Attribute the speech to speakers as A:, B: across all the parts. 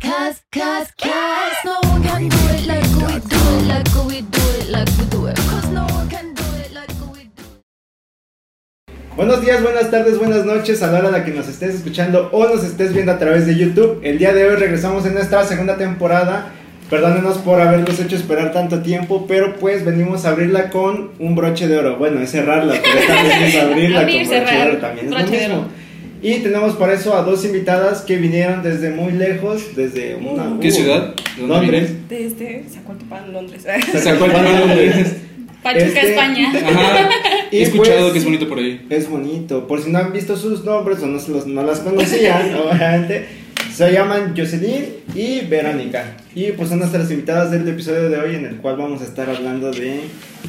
A: cause, cause, cause no one can do it like we do it, like we do it, like we do it. Cause no one can do it like we do it.
B: Buenos días, buenas tardes, buenas noches a la hora en la que nos estés escuchando o nos estés viendo a través de YouTube. El día de hoy regresamos en nuestra segunda temporada. Perdónenos por haberlos hecho esperar tanto tiempo, pero pues venimos a abrirla con un broche de oro. Bueno, es cerrarla, pero también es abrirla
C: Abrir,
B: con broche
C: cerrar,
B: de oro también. Es lo
C: broche de
B: mismo.
C: oro.
B: Y tenemos para eso a dos invitadas que vinieron desde muy lejos, desde una...
D: ¿Qué ciudad? ¿De dónde
B: Uh. Londres.
E: este,
C: Desde Zacualtipán, Londres.
D: ¿Se acuerdan de Londres?
C: Pachuca,
B: Este-
C: España.
D: Ajá.
B: Y
D: He escuchado
B: pues-
D: que es bonito por ahí.
B: Es bonito. Por si no han visto sus nombres o no, se los- no las conocían, obviamente, se llaman Jocelyn y Verónica. Y pues son nuestras invitadas del episodio de hoy en el cual vamos a estar hablando de,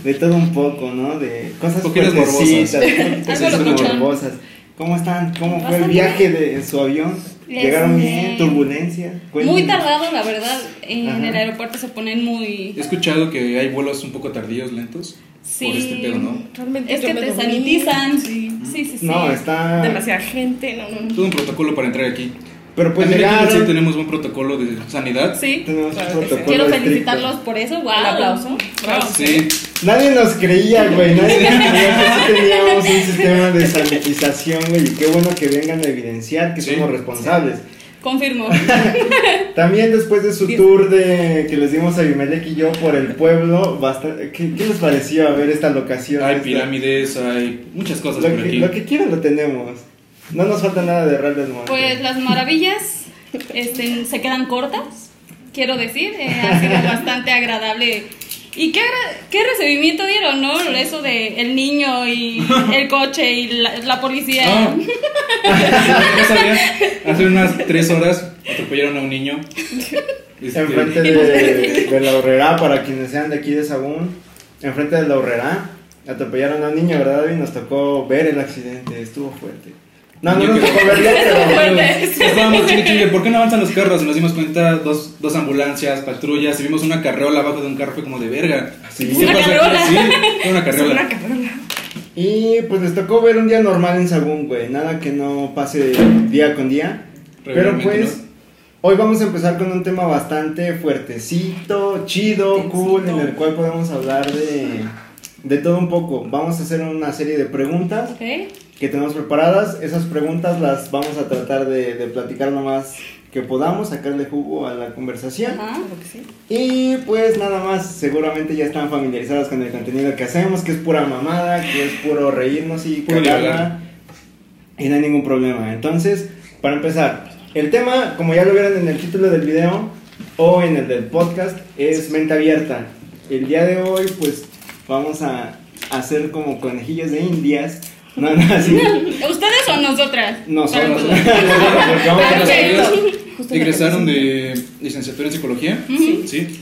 B: de todo un poco, ¿no? De cosas
D: Poquitas
B: fuertecitas,
C: Algo
B: cosas
C: locochón.
B: morbosas. ¿Cómo están? ¿Cómo fue el
C: Bastante
B: viaje de, en su avión?
C: Este-
B: ¿Llegaron bien? ¿Turbulencia?
C: Muy
B: Cuéntenos.
C: tardado, la verdad. En
B: Pues, Ajá.
C: el aeropuerto se ponen
D: He
C: muy.
D: escuchado que hay vuelos un poco tardíos, lentos.
C: Sí.
D: Por este pedo, ¿no?
E: Realmente
C: Es
E: yo
C: que
E: me
C: te
E: dormí.
C: sanitizan. Sí,
E: Sí.
C: sí, sí.
B: No, está...
E: Demasiada gente, no, no, no.
D: Todo un protocolo para entrar aquí.
B: Pero pues
D: También aquí en el
B: llegaron.
D: CEU tenemos buen protocolo de sanidad.
C: Sí.
B: Tenemos un
E: Claro que sí.
B: protocolo
C: Quiero
B: estricto.
C: felicitarlos por eso. Wow.
E: Un aplauso.
C: Bravo.
D: Sí.
B: Nadie nos creía, güey. Nadie nos creía que sí teníamos un sistema de sanitización, güey. Y qué bueno que vengan a evidenciar que
D: Sí.
B: somos responsables.
C: Confirmo.
B: También después de su tour de que les dimos a Abimelech y yo por el pueblo, bastante, ¿qué, qué les pareció a ver esta locación?
D: Hay
B: Esta-
D: pirámides, hay muchas cosas
B: Lo
D: por
B: que,
D: aquí.
B: lo que quieran lo tenemos. No nos falta nada de Real Monte.
C: Pues las maravillas este, se quedan cortas, quiero decir. eh, ha sido bastante agradable. ¿Y qué, agra- qué recibimiento dieron, no? Eso de el niño y el coche y la, la policía.
D: Ah. no sabía. Hace unas tres horas atropellaron a un niño. Este,
B: Enfrente de, de la horrera, para quienes sean de aquí de Sagún, enfrente de la horrera, atropellaron a un niño, ¿verdad? Y nos tocó ver el accidente, estuvo fuerte. No, no nos tocó verlo, pero
D: Estábamos chingue, chingue, ¿por qué no avanzan los carros? Y nos dimos cuenta, dos, dos ambulancias, patrullas, y vimos una carreola abajo de un carro, fue como de verga.
B: Sí.
D: ¿Qué
C: Una
D: pasó aquí?
C: carreola.
D: Sí, fue una
E: Es una
D: carreola.
E: cabrona.
B: Y pues les tocó ver un día normal en Sagún, güey, nada que no pase día con día. Pero
D: Regularmente,
B: pues, hoy vamos a empezar con un tema bastante fuertecito, chido, cool, en el cual podemos hablar de, de todo un poco. Vamos a hacer una serie de preguntas.
C: Ok.
B: que tenemos preparadas. Esas preguntas las vamos a tratar de, de platicar lo más que podamos, sacarle jugo a la conversación.
C: Ajá.
E: Claro que sí.
B: Y pues nada más, seguramente ya están familiarizadas con el contenido que hacemos, que es pura mamada, que es puro reírnos y
D: Puro divagar.
B: cagarla. Y no hay ningún problema. Entonces, para empezar, el tema, como ya lo vieron en el título del video o en el del podcast, es mente abierta. El día de hoy, pues vamos a hacer como conejillos de indias. No, no, así.
C: ¿Ustedes o nosotras?
B: No, solo
C: Claro.
B: nosotros. Porque vamos a
D: Las
B: hacer-
C: Perfecto.
D: amigas
E: Justo
D: egresaron
E: la
D: de licenciatura en psicología.
C: Ujú.
D: Sí.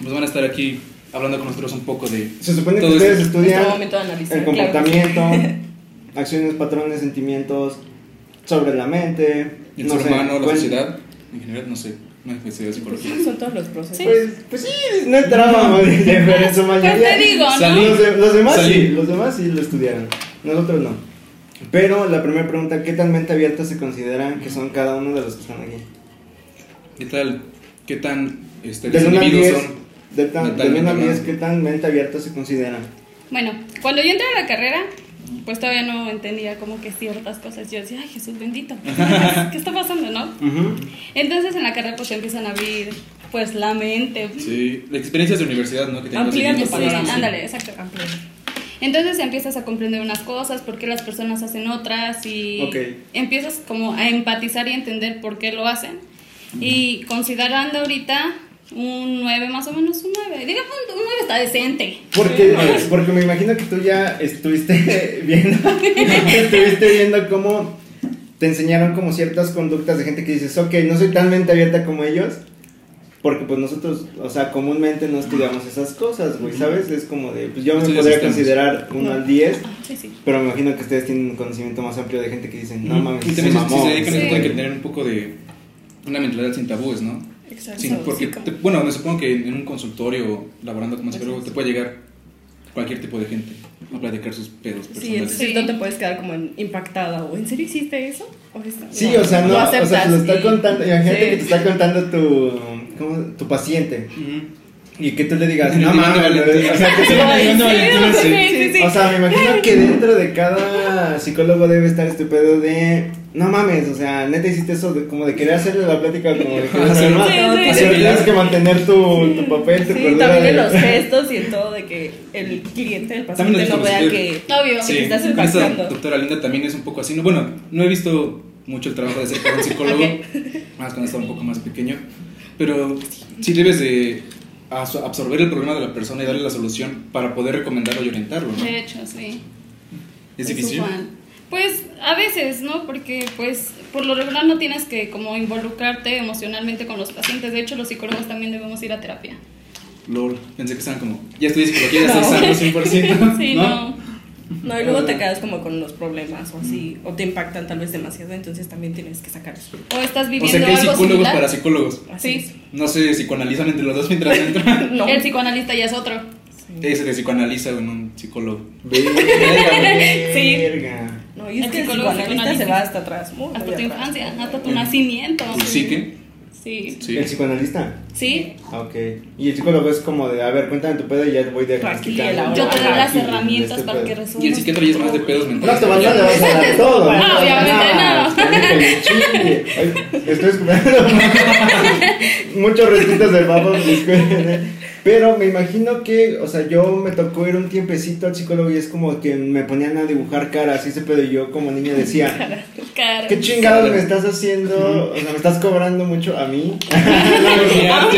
D: Pues van a estar aquí hablando con nosotros un poco de.
B: Se supone que
D: Todo
B: ustedes
D: esto.
E: En
B: estudian
E: este momento de analizar,
B: el
E: claro.
B: comportamiento, acciones, patrones, sentimientos sobre la mente,
D: El
B: no
D: ser
B: sé,
D: humano, la
B: cuen-
D: sociedad. En general, no sé. No he estudiado psicología.
E: Son todos los procesos.
B: Pues, pues sí, no entraba pero en su mayoría.
C: te digo, ¿no?
D: Salí.
B: Los, de- los demás
D: Salí.
B: sí, los demás sí lo estudiaron, nosotros no. Pero la primera pregunta, ¿qué tan mente abierta se consideran que son cada uno de los que están aquí?
D: ¿Qué tal? ¿Qué tan este,
B: De
D: los
B: 1 a
D: individuos
B: 10,
D: son?
B: de tan- de
D: mentalmente
B: 1 a 10,
D: hablando?
B: ¿qué tan mente abierta se consideran?
C: Bueno, cuando yo entré a la carrera, pues todavía no entendía como que ciertas cosas. Yo decía, ay, Jesús bendito, ¿qué está pasando, no?
B: Ujú.
C: Entonces en la carrera pues te empiezan a abrir pues la mente. pues,
D: Sí. La experiencia de universidad, ¿no? Que te van
E: Amplían
D: consiguiendo
E: tu
C: Sí,
D: palabras,
E: panorama.
D: sí.
C: ándale, exacto.
E: Amplio.
C: Entonces empiezas a comprender unas cosas, por qué las personas hacen otras y
B: Ok.
C: empiezas como a empatizar y entender por qué lo hacen. Y considerando ahorita un 9 más o menos, un 9. Digamos, un 9 está decente.
B: Porque, porque me imagino que tú ya estuviste viendo, estuviste viendo cómo te enseñaron como ciertas conductas de gente que dices, ok, no soy tan mente abierta como ellos, porque pues nosotros, o sea, comúnmente no estudiamos esas cosas, güey, ¿sabes? Es como de, pues yo me
D: Estudias
B: podría
D: sistemas.
B: considerar uno al 10,
C: Ah, sí, sí.
B: pero me imagino que ustedes tienen un conocimiento más amplio de gente que dicen, no mames,
D: Y
B: se
D: también si- si
B: mamó.
D: se dedican a
C: Sí.
D: esto hay que tener un poco de una mentalidad sin tabúes, ¿no?
E: Exacto.
D: Sí, porque,
E: Sí, como-
D: te- bueno, me supongo que en un consultorio, laborando como psicólogo, te puede llegar cualquier tipo de gente. a platicar sus pedos
E: Sí,
D: personales.
E: entonces no te puedes quedar como en- impactada o ¿en serio hiciste eso? O está-
B: Sí, o sea, no, o sea,
E: aceptas
B: se lo está
E: y-
B: contando, imagínate
E: Sí.
B: que te está contando tu, ¿cómo? tu paciente
D: Ujú.
B: y que tú le digas,
D: En el
B: no
D: diván de
B: mames,
D: Valentín.
B: o sea, que
D: Sí,
B: tú- "Ah,
E: Ay,
D: no,
E: sí,
D: no,
E: o sea,
D: sí.
E: sí, sí.
B: O sea, me imagino que dentro de cada psicólogo debe estar este pedo de no mames, o sea, neta hiciste eso de, como de querer hacerle la plática como de querer
D: Hacer-
B: hacer más.
E: Sí,
B: O
E: sí,
B: sea,
E: sí.
B: tienes que mantener tu, tu papel, tu
E: Sí,
B: cordura
E: también
B: de-
E: en los gestos y en todo de que el cliente, el
D: También lo
E: paciente no
D: dijo
E: vea
D: usted.
E: que
C: Obvio.
E: Sí. te estás
D: Esta
E: impactando.
D: doctora Linda también es un poco así. ¿no? Bueno, no he visto mucho el trabajo de cerca de un psicólogo,
C: Ok.
D: más cuando estaba un poco más pequeño, pero sí debes de aso- absorber el problema de la persona y darle la solución para poder recomendarlo y orientarlo, ¿no?
C: De hecho, sí.
D: Es
C: Eso,
D: difícil.
C: Juan. Pues a veces, ¿no? Porque pues por lo regular no tienes que como involucrarte emocionalmente con los pacientes. De hecho, los psicólogos también debemos ir a terapia.
D: Lol, pensé que estaban como, ya estudié psicología, ya
E: No.
D: estoy sano 100%.
C: Sí,
D: ¿no?
C: no.
E: No, y luego
D: Ajá.
E: te quedas como con los problemas o así, o te impactan tal vez demasiado, entonces también tienes que sacarlos.
C: O estás
D: O sea
C: viviendo
D: que hay
C: algo
D: psicólogos
C: similar.
D: para psicólogos.
C: Sí.
D: No se psicoanalizan entre los dos mientras entran.
E: No.
C: El psicoanalista ya es otro.
D: Ese se psicoanaliza en un psicólogo.
B: Verga,
C: Sí.
B: verga.
E: No, y es
C: El
E: que el
C: psicólogo
E: psicoanalista se
C: psicoanalista.
E: va hasta atrás, muy, muy
C: Hasta tu
E: atrás.
C: infancia, hasta tu
D: Eh,
C: nacimiento.
D: Tu psique.
C: Sí.
D: Sí.
B: El psicoanalista.
C: Sí.
B: Ah, Ok. Y el psicólogo es como de, a ver, cuéntame tu pedo y ya voy
E: Aquí,
D: Ah,
B: diagnosticando.
E: el
C: Yo te doy
E: Ahora,
C: las
B: Aquí,
C: herramientas
B: este
C: para que
B: pedo.
D: Y el
C: resuelvas.
D: psiquiatra ya es más de pedos
B: No,
D: mentales.
B: te vas a le vas a dar todo.
E: No,
B: ¿no?
C: obviamente
B: Ah,
C: no.
B: que le chingue. Ay, Estoy escuchando muchos recitos del papa. eh. Pero me imagino que, o sea, yo me tocó ir un tiempecito al psicólogo y es como que me ponían a dibujar caras y ese pedo. Y yo, como niño, decía:
C: Claro.
B: ¿Qué chingados me estás haciendo? O sea, me estás cobrando mucho a mí.
C: Ah,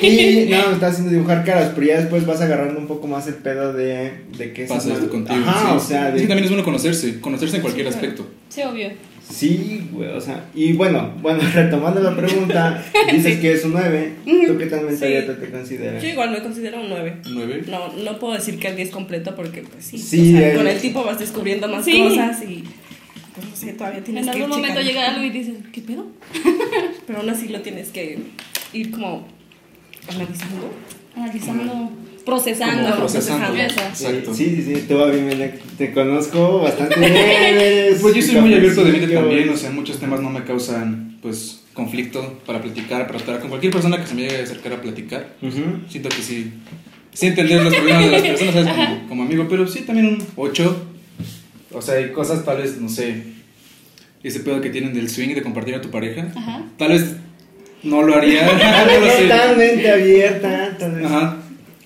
B: Y no, me estás haciendo dibujar caras, pero ya después vas agarrando un poco más el pedo de, de que es
D: Pasa
B: una-
D: esto contigo.
B: Ajá,
D: sí.
B: o sea, de
D: Sí, también es bueno conocerse, conocerse en cualquier aspecto.
C: Sí, obvio.
B: Sí, güey, o sea, y bueno, bueno, retomando la pregunta, dices que es un 9, ¿tú qué tal mentalidad
E: Sí.
B: te consideras?
E: Yo igual me considero un 9.
D: Nueve.
E: No, no puedo decir que el 10 completo porque, pues sí,
B: Sí,
E: o sea,
B: el-
E: con el tiempo vas descubriendo más
C: Sí.
E: cosas y, pues no sé, todavía tienes
C: En
E: que
C: algún momento
E: checar.
C: llega algo y dices, ¿qué pedo?
E: Pero aún así lo tienes que ir como analizando.
C: Analizando,
D: Como
C: procesando.
D: procesando.
C: Eso.
D: Exacto.
B: Sí, sí, sí, tú a mí me, te conozco bastante bien. eres
D: Pues yo soy muy abierto de mente
B: caperucillo.
D: también, o sea, muchos temas no me causan, pues, conflicto para platicar, para tratar con cualquier persona que se me llegue a acercar a platicar.
B: Ujú.
D: Siento que sí, sí entender los problemas de las personas, ¿sabes? Como, como amigo, pero sí también un 8. O sea, hay cosas tal vez, no sé, ese pedo que tienen del swing de compartir a tu pareja.
C: Ajá.
D: Tal vez no lo haría, no lo sé.
B: Totalmente abierta, tal vez.
D: Ajá.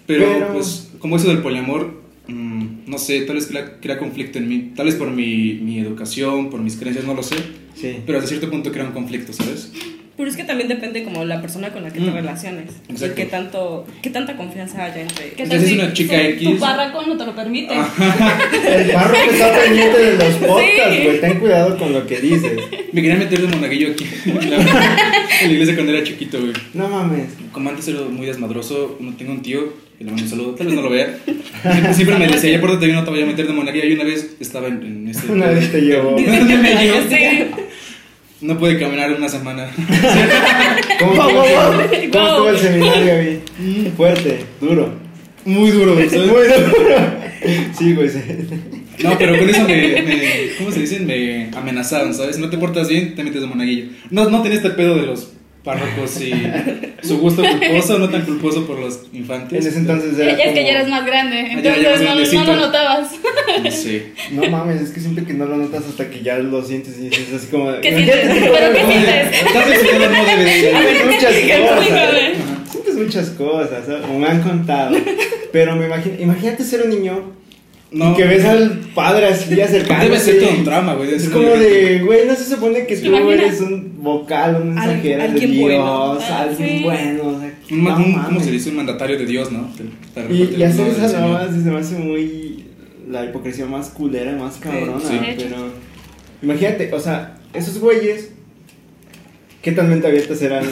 D: Pero,
B: Pero-
D: pues, como eso del poliamor, mm, no sé, tal vez crea, crea conflicto en mí. Tal vez por mi, mi educación, por mis creencias, no lo sé.
B: Sí.
D: Pero hasta cierto punto crea un conflicto, ¿sabes?
E: Pero es que también depende como la persona con la que te
D: Mm.
E: relaciones.
D: Exacto.
E: Y qué tanto, qué tanta confianza haya entre.
C: ¿Qué
D: Entonces
C: tal
D: es
C: si
D: una chica
C: tu-
D: X. Ah,
C: Tu barracón no te lo permite.
B: El barro que está pendiente de los podcasts, güey, ten cuidado con lo que dices.
D: Me quería meter de monaguillo aquí. en la- en la iglesia cuando era chiquito, güey.
B: No mames.
D: Como antes era muy desmadroso, uno tengo un tío que le mando un saludo, tal vez no lo vea. Siempre, siempre me decía, ya pórtate bien, no te voy a meter de monaguillo. Y una vez estaba en, en este.
B: Una vez te llevó.
D: Me
E: Ay,
D: llevó.
E: sí.
D: No pude caminar una semana.
B: ¿Cómo, cómo, cómo, ¿Cómo estuvo el seminario, güey? Fuerte, duro.
D: Muy duro, ¿sabes?
B: Muy duro. Sí, güey. sí.
D: No, pero con eso me, me- ¿Cómo se dicen? Me amenazaron, ¿sabes? Si no te portas bien, te metes de monaguillo. No, no tenía este pedo de los párrocos y su gusto culposo, no tan culposo por los
B: En
D: infantes.
B: ese entonces era
C: Es que
B: como,
C: ya eres más grande,
D: Ah, ya, ya eres
C: entonces no-
D: grandecito.
C: no, lo notabas.
D: No sé.
B: No mames, es que siempre que no lo notas hasta que ya lo sientes y dices así como...
C: ¿Qué sientes? ¿Pero qué sientes?
D: Estás excitado, no debe de ir.
B: Sientes muchas cosas.
C: Híjole.
B: Sientes muchas cosas, ¿sabes? como me han contado. Pero me imagino, imagínate ser un niño
D: No.
B: y que ves al padre así acercándose.
D: Debe ser todo un drama, güey. debe
B: Es
D: ser
B: como
D: muy-
B: de, güey, no se supone que tú
C: Imagina.
B: eres un vocal, un
E: Al-
B: mensajero de
E: alguien
B: Dios,
E: bueno.
C: Ah,
B: alguien
C: sí.
B: bueno. o sea,
D: Un, ma-
B: no
D: un- ¿Cómo
B: mames.
D: se dice? Un mandatario de Dios, ¿no?
B: Y, y hacer esas
D: nomás
B: mamadas se me hace muy. La hipocresía más culera, más cabrona.
D: sí.
C: De hecho.
B: Pero. Imagínate, o sea, esos güeyes. ¿Qué tan mente abiertas eran?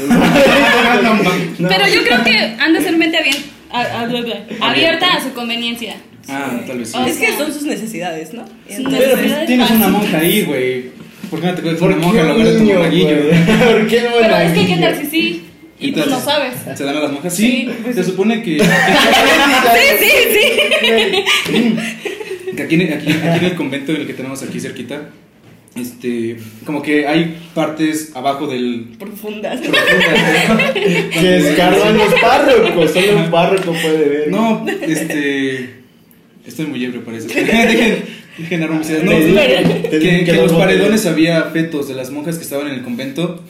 B: No.
C: Pero yo creo que han de ser mente abien- a- a- a- abierta a su conveniencia.
D: Ah, tal vez sí.
C: O
E: Es que
C: sea.
E: son sus necesidades, ¿no? Y
C: Sí.
E: entonces-
D: Pero pues tienes una monja ahí, güey. ¿Por qué no te quedas con
B: ¿Por
D: una monja
B: qué
D: en
B: un
D: lugar de tu
B: niño,
D: monaguillo?
B: güey? ¿Por qué no
C: Pero es que, ¿qué tal si sí? Y tú lo sabes.
D: ¿Se dan a las monjas? Sí,
C: Sí, pues
D: se
C: sí.
D: supone que. Ah,
C: Sí, sí, sí.
D: que aquí, en- aquí- aquí en el convento en el que tenemos aquí cerquita, este, como que hay partes abajo
E: pues,
D: del.
E: Profundas.
B: Que escarban los párrocos. Solo un párroco puede ver.
D: No, este. Estoy muy ebrio, parece. dejen, dejen dar un- No,
B: Te-
D: que,
B: te dicen
D: que
B: las
D: en los
B: monjas-
D: paredones había fetos de las monjas que estaban en el convento.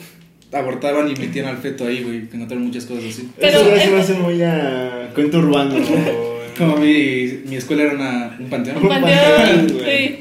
D: Abortaban y metían al feto ahí, güey. Que encontraron muchas cosas así.
C: Pero-
B: Eso ya se me hace muy a cuento urbano.
D: Como mi, mi escuela era una- un panteón.
C: Panteón,
B: güey.
C: sí.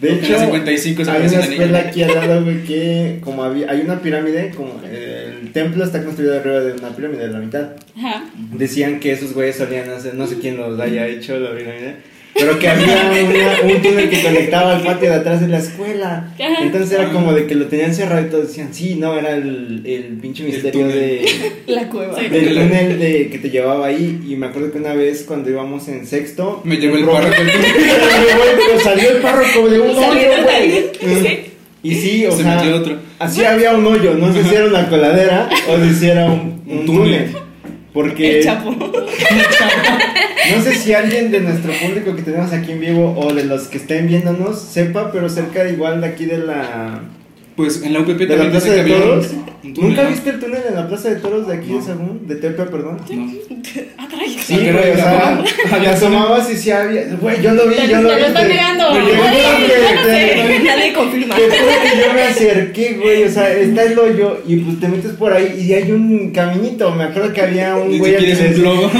B: De
D: En la
B: hecho,
D: 55 se
B: hay
D: parece
B: una
D: una
B: escuela
D: niña.
B: aquí al lado, güey, que como había, hay una pirámide, como eh, el templo está construido arriba de una pirámide, de la mitad.
C: Ajá.
B: Decían que esos güeyes solían hacer, no sé quién los haya hecho, la pirámide, pero que había una- un túnel que conectaba al patio de atrás de la escuela.
C: Ajá.
B: Entonces
D: Ah.
B: era como de que lo tenían cerrado y todos decían, sí, no, era el, el pinche
D: El
B: misterio
D: túnel.
B: de
E: La cueva.
C: Sí.
B: del túnel de, que te llevaba ahí y me acuerdo que una vez cuando íbamos en sexto
D: Me llevó el
B: un
D: párroco.
B: Me llevó el- pues, salió el párroco de un hoyo güey Mm. y sí o
D: Se
B: sea
D: metió otro.
B: así había un hoyo no sé si era una coladera o si era un,
D: Un
B: un
D: túnel.
B: túnel porque
E: El chapo.
B: no sé si alguien de nuestro público que tenemos aquí en vivo o de los que estén viéndonos sepa pero cerca de igual de aquí de la
D: Pues en la UPP
B: de la
D: también
B: plaza
D: dice
B: de
D: que había un-
B: toros
D: un túnel,
B: nunca
D: ¿no?
B: viste el túnel en la plaza de toros de aquí
D: No.
B: de Sagún de Tepe perdón
D: No.
C: Ah, caray.
B: Sí,
D: Ah,
B: güey, o sea,
D: caray,
B: te asomabas y si había. Güey, yo lo vi,
C: Te-
B: yo lo
C: te
B: vi.
C: lo están negando.
B: Güey, yo
C: Güey,
B: creo que- te-
E: Nadie confirma.
B: te juro que yo me acerqué, güey, o sea, está el hoyo y pues te metes por ahí y hay un caminito, me acuerdo que había un
D: Ni
B: güey al que
D: siquiera
B: le
D: es un globo.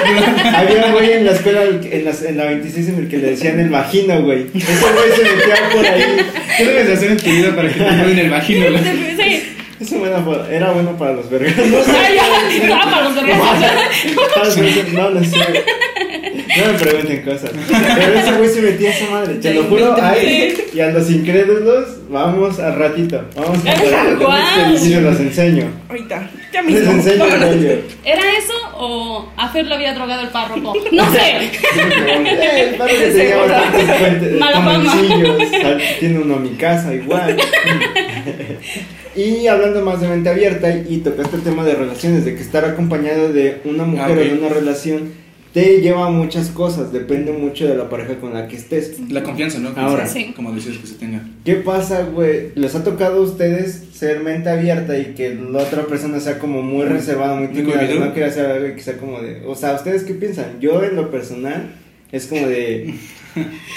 B: había un güey en la escuela, al que- en la, en la 26 en el que le decían el vagino, güey, ese güey se metía por ahí,
D: ¿Qué debes de hacer en tu vida para que te pongan el vagino? güey?
C: Sí.
B: eso bueno, fue- era bueno para los vergas,
C: Ay, ya. No, para los cervezas.
B: No, no sé. No me pregunten cosas. Pero ese güey se metía a esa madre. Te lo juro, ahí. Y a los incrédulos, vamos al ratito. Vamos a
C: Guau.
B: Y yo los enseño.
E: Ahorita. Ya
B: Les
E: mismo.
B: enseño el
E: Vámonos.
B: rollo.
C: ¿Era eso o a Fer lo había drogado el párroco? No sé.
B: Eh, El padre que tenía
E: Seguro.
B: bastantes fuentes-
C: Mala fama.
B: conventillos, sal- Tiene uno en mi casa igual. Y hablando más de mente abierta y tocaste el tema de relaciones, de que estar acompañado de una mujer
D: Ah, ok.
B: o de una relación te lleva a muchas cosas, depende mucho de la pareja con la que estés.
D: La confianza, ¿no?
B: Ahora.
C: Sí.
D: Como decías que se tenga.
B: ¿Qué pasa, güey? ¿Les ha tocado a ustedes ser mente abierta y que la otra persona sea como muy reservada, muy
D: Muy
B: tímida, que
D: cohibido.
B: no quiera hacer algo y que sea como de... O sea, ¿ustedes qué piensan? Yo en lo personal es como de...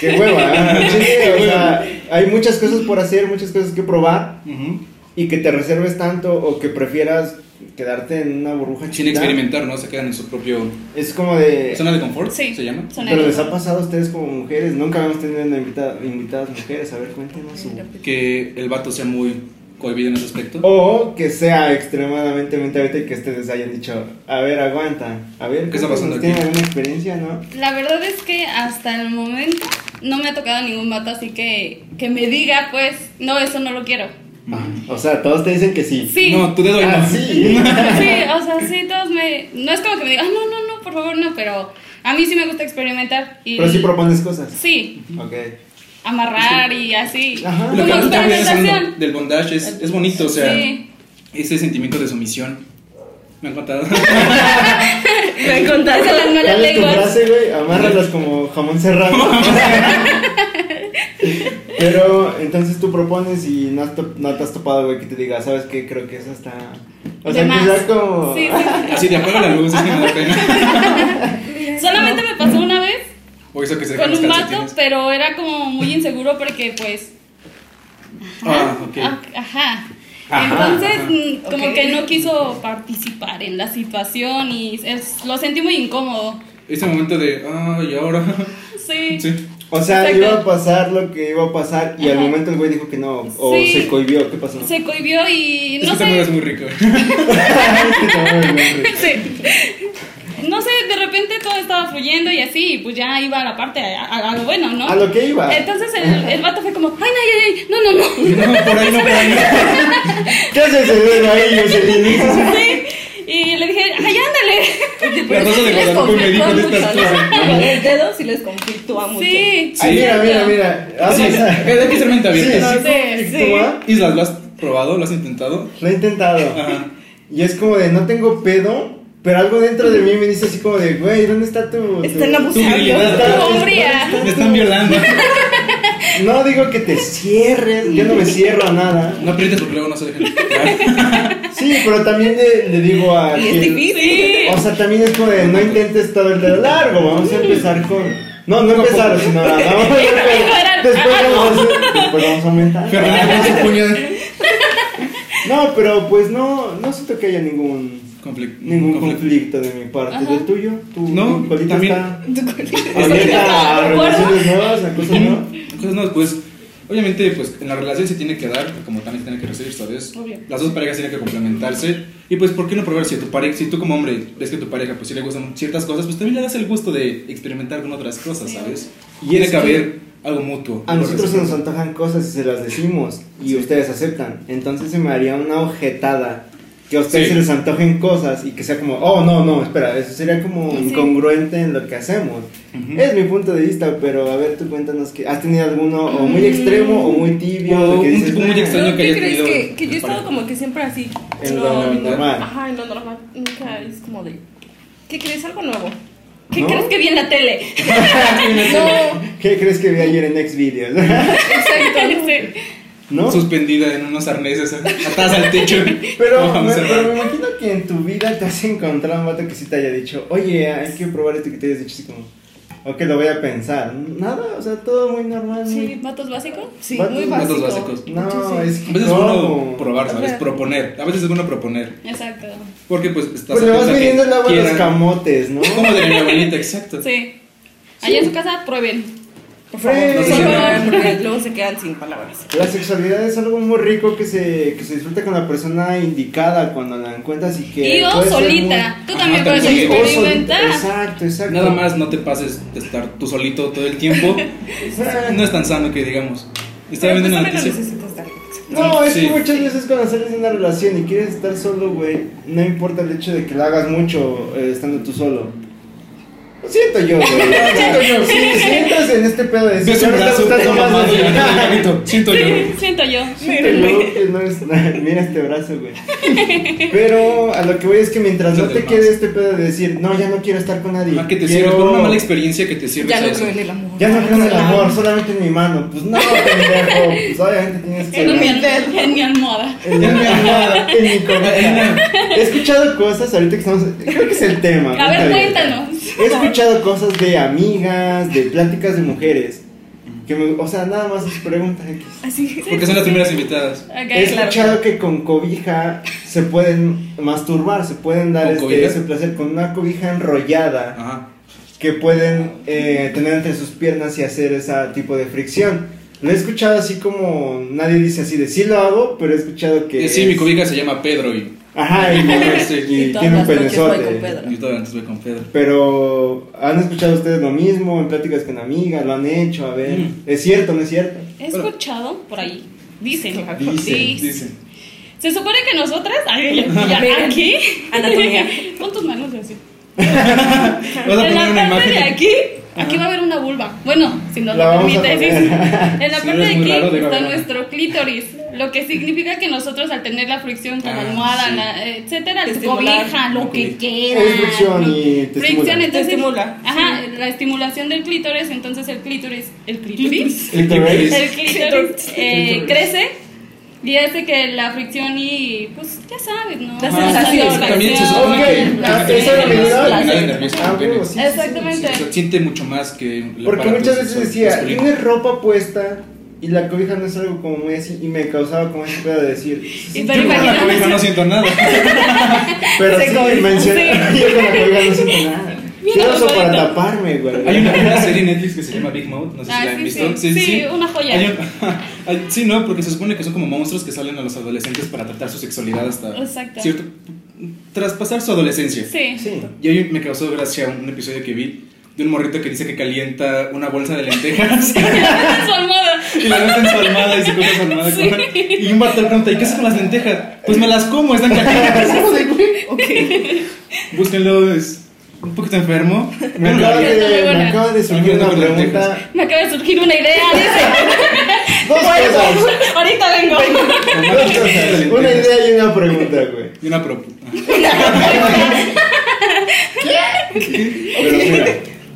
B: ¡Qué hueva! ¿eh? Chile, o sea, hay muchas cosas por hacer, muchas cosas que probar
D: Ujú.
B: y que te reserves tanto o que prefieras quedarte en una burbuja
D: Sin
B: chiquita.
D: experimentar, ¿no? Se quedan en su propio.
B: Es como de...
D: ¿Zona de confort?
C: Sí.
D: ¿Se llama?
C: Son
B: Pero
C: ellos.
B: les ha pasado a ustedes como mujeres, nunca habíamos tenido una invita- invitadas mujeres, a ver, cuéntenos su...
D: Que el vato sea muy cohibido en ese aspecto.
B: O que sea extremadamente mente abierta y que ustedes hayan dicho, a ver, aguanta, a ver,
D: ¿Qué está
B: ¿cómo
D: pasando
B: ¿Tienen
D: aquí?
B: alguna experiencia, no?
C: La verdad es que hasta el momento no me ha tocado ningún vato así que, que me diga, pues, no, eso no lo quiero.
B: O sea, todos te dicen que sí.
C: Sí.
D: No, tu dedo ahí
B: Ah,
D: Ah. no.
B: sí.
C: Sí, o sea, sí, todos me... No es como que me digan, "Ah, no, no, no, por favor, no, pero a mí sí me gusta experimentar. Y,
B: Pero sí propones cosas.
C: Sí,
B: Ok.
C: amarrar y así.
B: Ajá.
D: Lo que
C: Como
D: ahorita estás hablando
C: experimentación.
D: del bondage es, es bonito, o sea,
C: Sí.
D: ese sentimiento de sumisión. Me han contado.
E: Me
C: Esa es
E: contaste.
C: la
B: ¿Cuál
C: mala
B: es tu
C: lengua.
B: frase, güey? Amárralas como jamón serrano. Pero entonces tú propones y no, has top- no te has topado, güey, que te diga, ¿sabes qué? Creo que eso está... O sea,
C: De más.
B: quizás como...
C: Sí, sí.
D: Así de apaga la luz, es que me da pena.
C: Solamente me pasó una vez
D: O eso que se dejan
C: con
D: los
C: un vato,
D: calcetines.
C: pero era como muy inseguro porque pues
D: Ah, ok.
C: Ah, Ajá.
D: Ajá,
C: Entonces,
D: ajá.
C: mm, como
E: Ok.
C: que no quiso participar en la situación y es- lo sentí muy incómodo.
D: Ese momento de, ah, y ahora.
C: Sí.
D: Sí.
B: O sea,
C: Exacto.
B: iba a pasar lo que iba a pasar y al
C: Ajá.
B: momento el güey dijo que no, o
C: Sí.
B: se cohibió, ¿qué pasó?
C: Se cohibió y
D: Es
C: no
D: que te mueves
C: sé.
D: muy rico.
C: sí. No sé, de repente todo estaba fluyendo y así, y pues ya iba a la parte, a, a- a lo bueno, ¿no?
B: A lo que iba.
C: Entonces el, el vato fue como, ay, ay, ay, ay, no, no, no.
D: No, por ahí no, por ahí no.
B: ¿Qué haces el dedo ahí, Jocelyn?
C: Sí. Y le dije, ay, ándale.
D: La rosa de Guadalupe me dijo de estas cosas.
E: El dedo sí les conflictúa mucho.
C: Sí.
B: Ah, mira, mira, mira. Ah,
D: Sí,
B: o sea,
D: hay Eh, que ser mente
B: Sí, sí,
D: abierta.
B: sí.
C: Sí,
B: ¿Tú,
C: sí.
B: ah?
D: Islas, ¿lo has probado? ¿Lo has intentado?
B: Lo he intentado.
D: Ajá.
B: Y Y es como de, no tengo pedo, pero algo dentro de mí me dice así como de, güey, ¿dónde está tu...? tu-
E: Están
B: tu-
D: violada.
E: abusando.
C: Hombría.
D: Me están violando.
B: No digo que te cierres, yo no me cierro a nada.
D: No aprietes porque luego no se dejan entrar.
B: Sí, pero también le, le digo a...
E: Y
B: quien-
E: es difícil.
B: O sea, también es como de, no intentes todo el dedo largo, vamos a empezar con... No, no empezar, sino vamos a después vamos a, hacer- después vamos a
D: Ah,
B: aumentar.
D: Fernanda con su puño de
B: No, pero pues no, no siento que haya ningún
D: conflicto.
B: ningún conflicto de mi parte.
C: Ajá.
B: ¿Del tuyo? ¿Tu,
D: No,
B: tu colita
D: también-
B: está
C: colita
B: abierta a
C: de acuerdo.
B: relaciones nuevas, a cosas nuevas?
D: Entonces, no, pues, obviamente, pues, en la relación se tiene que dar, como también se tiene que recibir, ¿sabes?
E: Obvio.
D: Las dos parejas tienen que complementarse. Y pues, ¿por qué no probar si a tu pareja, si tú como hombre ves que a tu pareja, pues, si le gustan ciertas cosas, pues también le das el gusto de experimentar con otras cosas, ¿sabes?
B: Y
D: Y tiene
B: es
D: que
B: que
D: haber algo mutuo. pues,
B: A nosotros se
D: Por
B: nos
D: respeto.
B: antojan cosas y se las decimos y
D: Sí.
B: ustedes aceptan. Entonces se me haría una objetada que a ustedes
D: Sí.
B: se les antojen cosas y que sea como, oh, no, no, espera, eso sería como
C: Sí.
B: incongruente en lo que hacemos.
D: Ujú.
B: Es mi punto de vista, pero a ver, tú cuéntanos que has tenido alguno o muy extremo o muy tibio.
D: O
B: que
D: Mm, un
B: dices,
D: tipo muy
B: "Nah".
E: ¿No
D: extraño. que
E: te
D: hayas
E: crees
D: tenido
E: que, que yo he
D: pareja.
E: estado como que siempre así?
B: En
E: no,
B: lo normal.
E: Ajá, en lo normal. Nunca es como de. ¿Qué crees? Algo nuevo.
C: ¿Qué
B: ¿No?
C: crees que vi en la tele?
E: No,
B: ¿Qué crees que vi ayer en Next Videos?
C: Exacto.
B: ¿No?
D: Suspendida en unos arneses, atada al techo.
B: Pero,
D: Vamos
B: me,
D: a
B: pero
D: ver.
B: me imagino que en tu vida te has encontrado un vato que sí te haya dicho, oye, hay que probar esto que te hayas dicho así como, ok, lo voy a pensar. Nada, o sea, todo muy normal.
C: Sí, pues,
B: muy-
C: matos básicos.
E: sí,
B: Vatos-
E: muy
D: Datos
E: básico.
D: básicos.
B: No, es que
D: A veces es bueno
B: no.
D: probar, ¿sabes?
E: Ajá.
D: Proponer. A veces es bueno proponer.
C: Exacto.
D: Porque pues estás
B: Pues le vas
D: atenta a que
B: midiendo el agua a los
D: quieran-
B: camotes, ¿no?
D: Como de mi abuelita, exacto.
C: Sí. Allá en su casa, prueben.
E: Por favor,
B: Sí.
E: no
D: Sí.
E: se lloran, porque luego se quedan sin palabras.
B: La sexualidad es algo muy rico que se, que se disfruta con la persona indicada cuando la encuentras y que.
C: Y o
B: puede ser
C: solita. Tú
D: Ajá,
C: también puedes
D: también.
B: muy- o solita,
C: experimentar.
B: Exacto, exacto.
D: Nada más no te pases de estar tú solito todo el tiempo. No es tan sano que digamos. Estaba
E: Pero
D: viendo una
E: pues también no
D: noticia.
E: necesitas estar.
B: No, es
D: Sí.
B: que muchas veces cuando sales de una relación y quieres estar solo, güey, no importa el hecho de que la hagas mucho eh, estando tú solo. Lo siento yo, güey. Lo siento yo. Si, si entras en este pedo de
D: Ves
B: "Ya
D: un
B: me está
D: brazo,
B: gustando
D: una
B: más de mí".
D: mano, un poquito. Siento yo.
C: Siento yo.
B: Siento yo que no es- Mira este brazo, güey. Pero a lo que voy es que mientras no
D: Siento
B: te
D: el
B: quede
D: brazo.
B: este pedo de decir, no, ya no quiero estar con nadie.
D: Más que te
B: quiero-
D: sirve con una mala experiencia que te sirve
E: Ya
D: a
E: no
D: eso.
E: creo en el amor.
B: pues,
E: Ah,
B: Ya no creo en el amor, solamente en mi mano. Pues no, pendejo. Pues obviamente tienes que.
C: En mi,
B: hablar.
C: al- en mi almohada.
B: En mi almohada, en mi cobija. He escuchado cosas ahorita que estamos. Creo que es el tema.
C: A ver,
B: ahorita.
C: cuéntanos.
B: He escuchado cosas de amigas, de pláticas de mujeres. Que me, o sea, nada más es pregunta X.
E: Así.
D: Porque son las primeras invitadas.
C: Ok,
B: He
C: claro.
B: escuchado que con cobija se pueden masturbar, se pueden dar
D: ¿Con
B: este,
D: cobija? Ah.
B: ese placer con una cobija enrollada
D: Ajá.
B: que pueden eh, tener entre sus piernas y hacer ese tipo de fricción. Lo he escuchado así como nadie dice así de sí lo hago, pero he escuchado que.
D: Eh, Sí, mi
B: es-
D: cobija se llama Pedro y,
B: Ajá, y,
D: Sí.
B: y
E: Y todas
B: tiene un
E: las noches voy con
B: penezote.
E: Pedro.
D: y todavía antes voy con Pedro.
B: Pero, ¿han escuchado ustedes lo mismo en pláticas con amigas? ¿Lo han hecho? A ver,
D: Mm.
B: ¿es cierto o no es cierto?
C: He escuchado por ahí. Dicen.
D: Dicen,
C: Dis-
D: dicen.
C: Se supone que nosotras. Ay, ya,
E: Ven.
C: aquí.
E: Anatomía.
C: Pon tus manos así.
D: Vas a poner
C: en la
D: una
C: parte
D: imagen.
C: de aquí, aquí va a haber una vulva. Bueno, si nos
B: La
C: lo
B: vamos a
C: permite, sí.
B: poner.
C: En la
D: Sí,
C: parte de
D: es muy
C: aquí
D: raro, debe
C: está
D: haber una.
C: nuestro clítoris, lo que significa que nosotros al tener la fricción con la
D: Ah,
C: almohada,
D: sí.
C: la- etcétera,
E: Te
C: tu
E: estimula.
C: cobija, lo
D: Ok.
C: que quiera.
B: Es fricción
C: lo-
B: y te estimula.
C: Fricción, entonces,
E: Te estimula,
C: Ajá, la estimulación del clítoris, entonces el clítoris, el clítoris,
B: ¿El que
D: clítoris.
B: ves?
C: el clítoris eh, crece y hace que la fricción y pues ya sabes, ¿no?
E: La
C: Ajá,
E: sensación.
C: la
D: También se
C: fricción.
D: supone
B: Ok,
D: que-
B: ah,
D: que-
B: esa
D: que-
B: habilidad.
D: que- que- nervioso,
B: Ah,
D: que-
B: huevo, sí, sí, sí.
C: Exactamente.
D: Se siente mucho más que el
B: Porque
D: aparato
B: muchas veces
D: sexual
B: decía,
D: masculino.
B: tienes ropa puesta y la cobija no es algo como muy así y me causaba como ese pedo de decir.
C: Y
B: sí,
C: pero
D: Yo con la
C: imagínate-
D: cobija no siento nada.
B: Pero
E: Se
B: sí,
E: cobijan,
B: menciona,
E: sí.
B: yo con la cobija no siento nada.
C: Bien
B: Yo lo uso para
C: acomodito.
B: taparme, güey.
D: Hay una, hay una serie en Netflix que se llama Big Mouth, no sé si
C: Ah,
D: la han
C: sí,
D: visto.
C: sí. Sí, una joya.
D: Hay un- hay- sí, no, porque se supone que son como monstruos que salen a los adolescentes para tratar su sexualidad hasta.
C: Exacto.
D: ¿Cierto? Traspasar su adolescencia.
C: Sí.
B: Sí.
D: Y ahí me causó gracia un episodio que vi de un morrito que dice que calienta una bolsa de lentejas
C: En su almohada.
D: y la mete en su almohada y se come su almohada.
C: Sí.
D: con- Y un vato le pregunta, ¿y qué haces con las lentejas? Pues me las como, están calientes.
E: Ok.
D: Búsquenlo, es un poquito enfermo.
B: Me
D: Bueno,
B: acaba de,
C: Está muy
B: me
C: buena.
B: acaba de surgir
D: Hablando
B: una
D: con las
B: pregunta.
C: Me acaba de surgir una idea, dice.
B: Dos
C: Bueno,
B: cosas.
C: Ahorita vengo.
B: Dos cosas, Una idea y una pregunta, güey.
D: Y una pro.
B: Pero mira.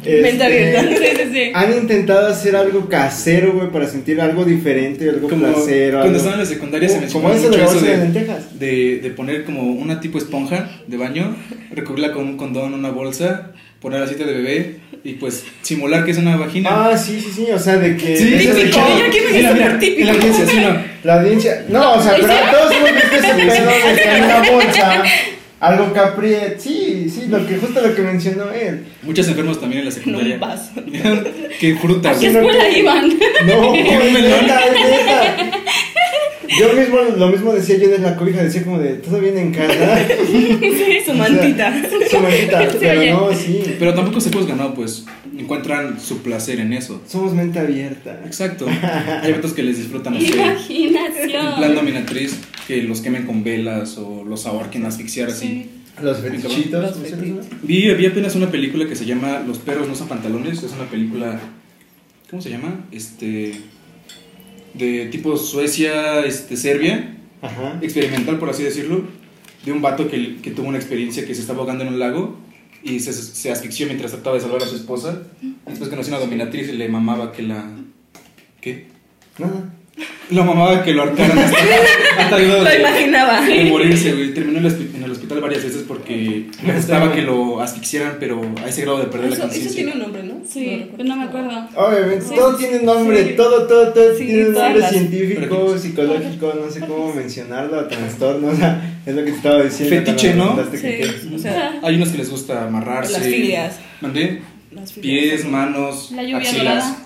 E: Mente
B: este,
E: abierta.
C: Sí, sí, sí.
B: ¿Han intentado hacer algo casero, güey, para sentir algo diferente, algo
D: Como
B: placer?
D: cuando
B: algo- Uh,
D: estaba en la secundaria se me
B: Como
D: enseñó
B: ese
D: mucho eso
B: negocio de
D: de,
B: lentejas.
D: de, de poner como una tipo esponja de baño, recubrirla con un condón, una bolsa, poner aceite de bebé y pues simular que es una vagina.
B: Ah, sí, sí, sí, o sea, de que...
D: Sí,
B: de
D: sí,
B: que-
D: sí.
E: ya quiero
D: Mira,
E: ser
D: mira,
E: típico.
D: en la audiencia, sí, no.
B: La audiencia... No, o sea, pero a todos hemos visto ese pedo de que hay una bolsa, algo capriet, sí, sí, lo que, justo lo que mencionó él.
D: Muchos enfermos también en la secundaria.
E: un vaso.
D: Qué fruta,
C: ¿Qué
D: güey.
C: escuela iban?
B: No,
D: un melón.
B: neta, neta. Yo mismo, lo mismo decía yo de la cobija, decía como de, todo bien en casa.
E: Su mantita.
B: Su mantita,
C: Sí, oye.
B: pero no, sí.
D: Pero tampoco se juzgan, ¿no? Pues encuentran su placer en eso.
B: Somos mente abierta.
D: Exacto. Hay otros que les disfrutan no sé, En plan
C: Imaginación.
D: dominatriz, que los quemen con velas o los ahorquen a asfixiar así.
B: Los fetichitos.
D: fetichitos,
E: ¿no es cierto?
D: Vi, vi apenas una película que se llama Los perros no usan pantalones. Es una película. ¿Cómo se llama? Este. De tipo Suecia, este, Serbia.
B: Ajá.
D: Experimental, por así decirlo. De un vato que, que tuvo una experiencia que se estaba ahogando en un lago y se, se asfixió mientras trataba de salvar a su esposa. Después conoció a una dominatriz y le mamaba que la. ¿Qué?
B: Nada.
D: La mamaba que lo ahorcaran hasta, hasta el grado
E: Lo
D: de-
E: imaginaba.
D: de morirse, güey. Terminó en el, hospi- en el hospital varias veces porque
B: Me
D: me gustaba
B: gustaba.
D: que lo asfixiaran, pero a ese grado de perder la
E: Eso, eso tiene
D: conciencia.
E: un nombre, ¿no?
C: Sí,
E: recuerdo.
C: no me acuerdo.
B: Obviamente,
C: Sí.
B: todo tiene nombre,
E: Sí.
B: todo, todo, todo
E: Sí,
B: tiene un
E: todas
B: nombre
E: las-
B: científico,
D: Perfecto.
B: psicológico, no sé cómo mencionarlo, trastorno, o sea, es lo que te estaba diciendo.
D: Fetiche,
B: cuando me
D: ¿no?
B: preguntaste qué quieres.
E: Sí, o sea,
D: Hay unos que les gusta amarrarse.
E: Las filias.
D: ¿Mandé?
E: las figuras.
D: Pies, manos,
C: La lluvia
D: axilas.
C: dorada.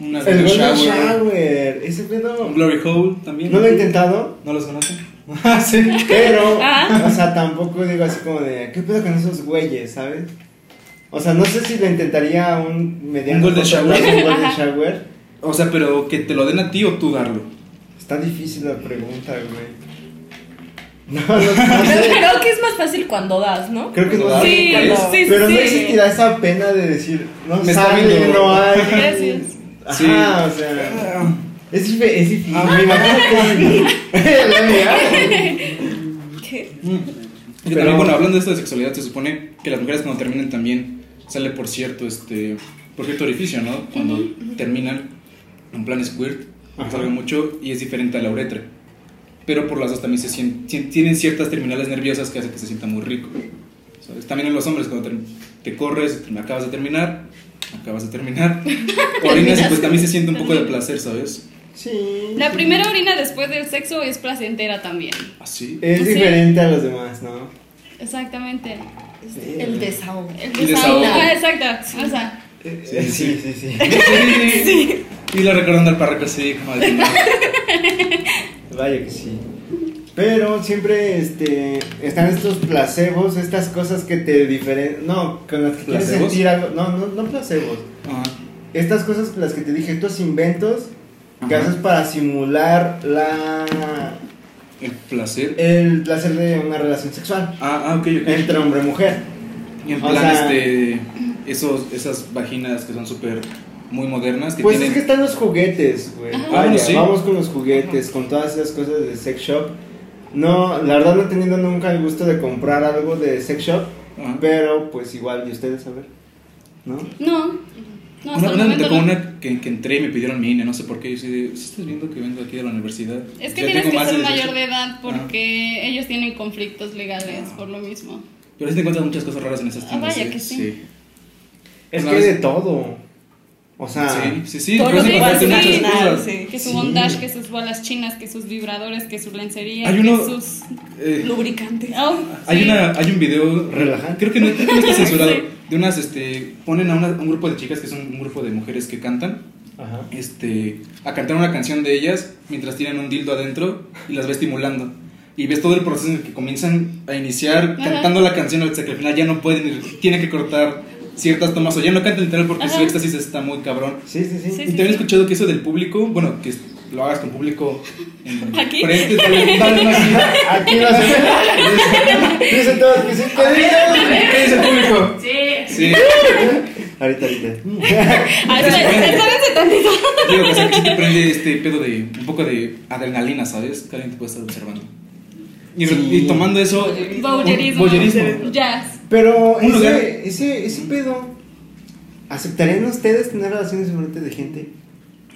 D: Una
B: El
D: golden
B: Golden
D: shower.
B: Shower, ese pedo.
D: Un glory hole también.
B: No lo he intentado,
D: ¿No los conocen? Ah, sí.
B: pero,
C: Ah.
B: o sea, tampoco digo así como de, ¿qué pedo con esos güeyes, sabes? O sea, no sé si lo intentaría un mediano.
D: Un Golden
B: corto
D: Shower.
B: plazo, Un Golden Shower.
D: O sea, pero que te lo den a ti o tú darlo.
B: Está difícil la pregunta, güey. No, no, no sé.
E: Creo que es más fácil cuando das, ¿no?
B: Creo que es más
D: Sí,
B: fácil cuando-
E: sí,
C: sí,
B: Pero
C: sí.
B: no existirá esa pena de decir, no
D: Me está
B: sale,
D: viendo.
B: no hay.
C: Gracias.
B: Ajá,
D: Sí. Ah.
B: o sea. Es dif- es difícil. me imagino que es difícil.
E: ¿Qué?
D: Mm. Y que
B: Pero-
D: también, bueno, hablando de esto de sexualidad, se supone que las mujeres cuando terminan también sale por cierto, este, por cierto orificio, ¿no? Cuando terminan, en plan squirt,
B: Ajá.
D: salga mucho y es diferente a la uretra. Pero por las dos también se sien- sien- tienen ciertas terminales nerviosas que hace que se sienta muy rico. ¿sabes? También en los hombres, cuando te, te corres, te- acabas de terminar, acabas de terminar, orinas y pues también se siente un poco de placer, ¿sabes?
B: Sí.
C: La
B: sí.
C: primera orina después del sexo es placentera también.
D: Así.
B: Es
C: Sí.
B: diferente a los demás, ¿no?
C: Exactamente.
E: El desahogo.
C: El
D: Y desahogo.
C: desahogo. Ah, exacto. O sea,
B: Sí, sí, sí.
D: Sí. Y la recordando al párroco así, como de,
B: Vaya que sí. Pero siempre este, están estos placebos, estas cosas que te diferencian. No, con las que quieres
D: ¿Placebos?
B: sentir algo. No, no, no placebos.
D: Ajá.
B: Estas cosas con las que te dije, estos inventos que
D: Ajá.
B: haces para simular la
D: El placer.
B: el placer de una relación sexual
D: Ah, ah, ok, ok.
B: entre hombre y mujer.
D: Y en
B: o
D: plan,
B: sea-
D: este, esos, esas vaginas que son súper muy modernas, que
B: Pues es
D: tienen...
B: que están los juguetes, güey.
D: Ah,
B: Vaya,
D: bueno, sí.
B: vamos con los juguetes, con todas esas cosas de sex shop. No, la verdad no he tenido nunca el gusto de comprar algo de sex shop,
D: Ajá.
B: pero pues igual, y ustedes a ver. ¿No?
C: no. No, hasta
D: Una,
C: el
D: una me
C: momento
D: tocó
C: no.
D: una que, que entré y me pidieron mi INE, no sé por qué. Yo sí de, "¿Sí estás viendo que vengo aquí de la universidad?
C: Es que
D: Ya
C: tienes
D: tengo
C: que
D: más Ah.
C: ser
D: 18".
C: mayor de edad porque ellos tienen conflictos legales por lo mismo.
D: Pero sí te encuentras muchas cosas raras en esas
C: Ah,
D: tiendas.
C: vaya
D: ¿eh?
C: que sí.
B: Es
D: Una
B: que
D: vez-
B: de todo. O sea,
D: Sí, sí, sí.
E: Todo
D: pero
E: lo
D: sí
E: que
D: encontraste
C: vas a
D: muchas
E: imaginar,
D: cosas.
E: sí.
C: Que su
B: Ah. Sí.
C: bondage, que sus bolas chinas, que sus vibradores, que su lencería,
D: Hay uno-
C: que sus...
D: Eh,
E: Lubricante.
C: Oh,
D: Hay,
C: sí.
D: una, hay un video
B: Relajante.
D: Creo que no, creo que no está censurado.
C: Sí.
D: De unas, este, ponen a una- un grupo de chicas que son un grupo de mujeres que cantan,
B: ajá.
D: este, a cantar una canción de ellas mientras tienen un dildo adentro y las va estimulando. Y ves todo el proceso en el que comienzan a iniciar
C: Ajá.
D: cantando la canción hasta que al final ya no pueden, y tienen que cortar ciertas tomas o ya no cantan literal porque su
C: Ajá.
D: éxtasis está muy cabrón.
B: Sí, sí, sí.
C: Sí.
D: Y también he escuchado que eso del público, bueno, que lo hagas con público en
C: Aquí.
D: frente, tal vez, dale más vida.
B: Aquí las Dicen todos que sí, que digan.
D: ¿Qué dice el público?
C: Sí.
D: Sí.
B: Ahorita, ahorita.
C: Ah, espera, espérense tantito.
D: Digo que o sea, que sí te prende este pedo de un poco de adrenalina, ¿sabes? Que alguien te puede estar observando. Y, re-
B: Sí.
D: y tomando eso. un-
C: Voyerismo.
D: voyerismo.
C: Jazz.
B: Pero
D: Un lugar-
B: ese, ese, ese pedo. ¿Aceptarían ustedes tener relaciones enfrente de gente?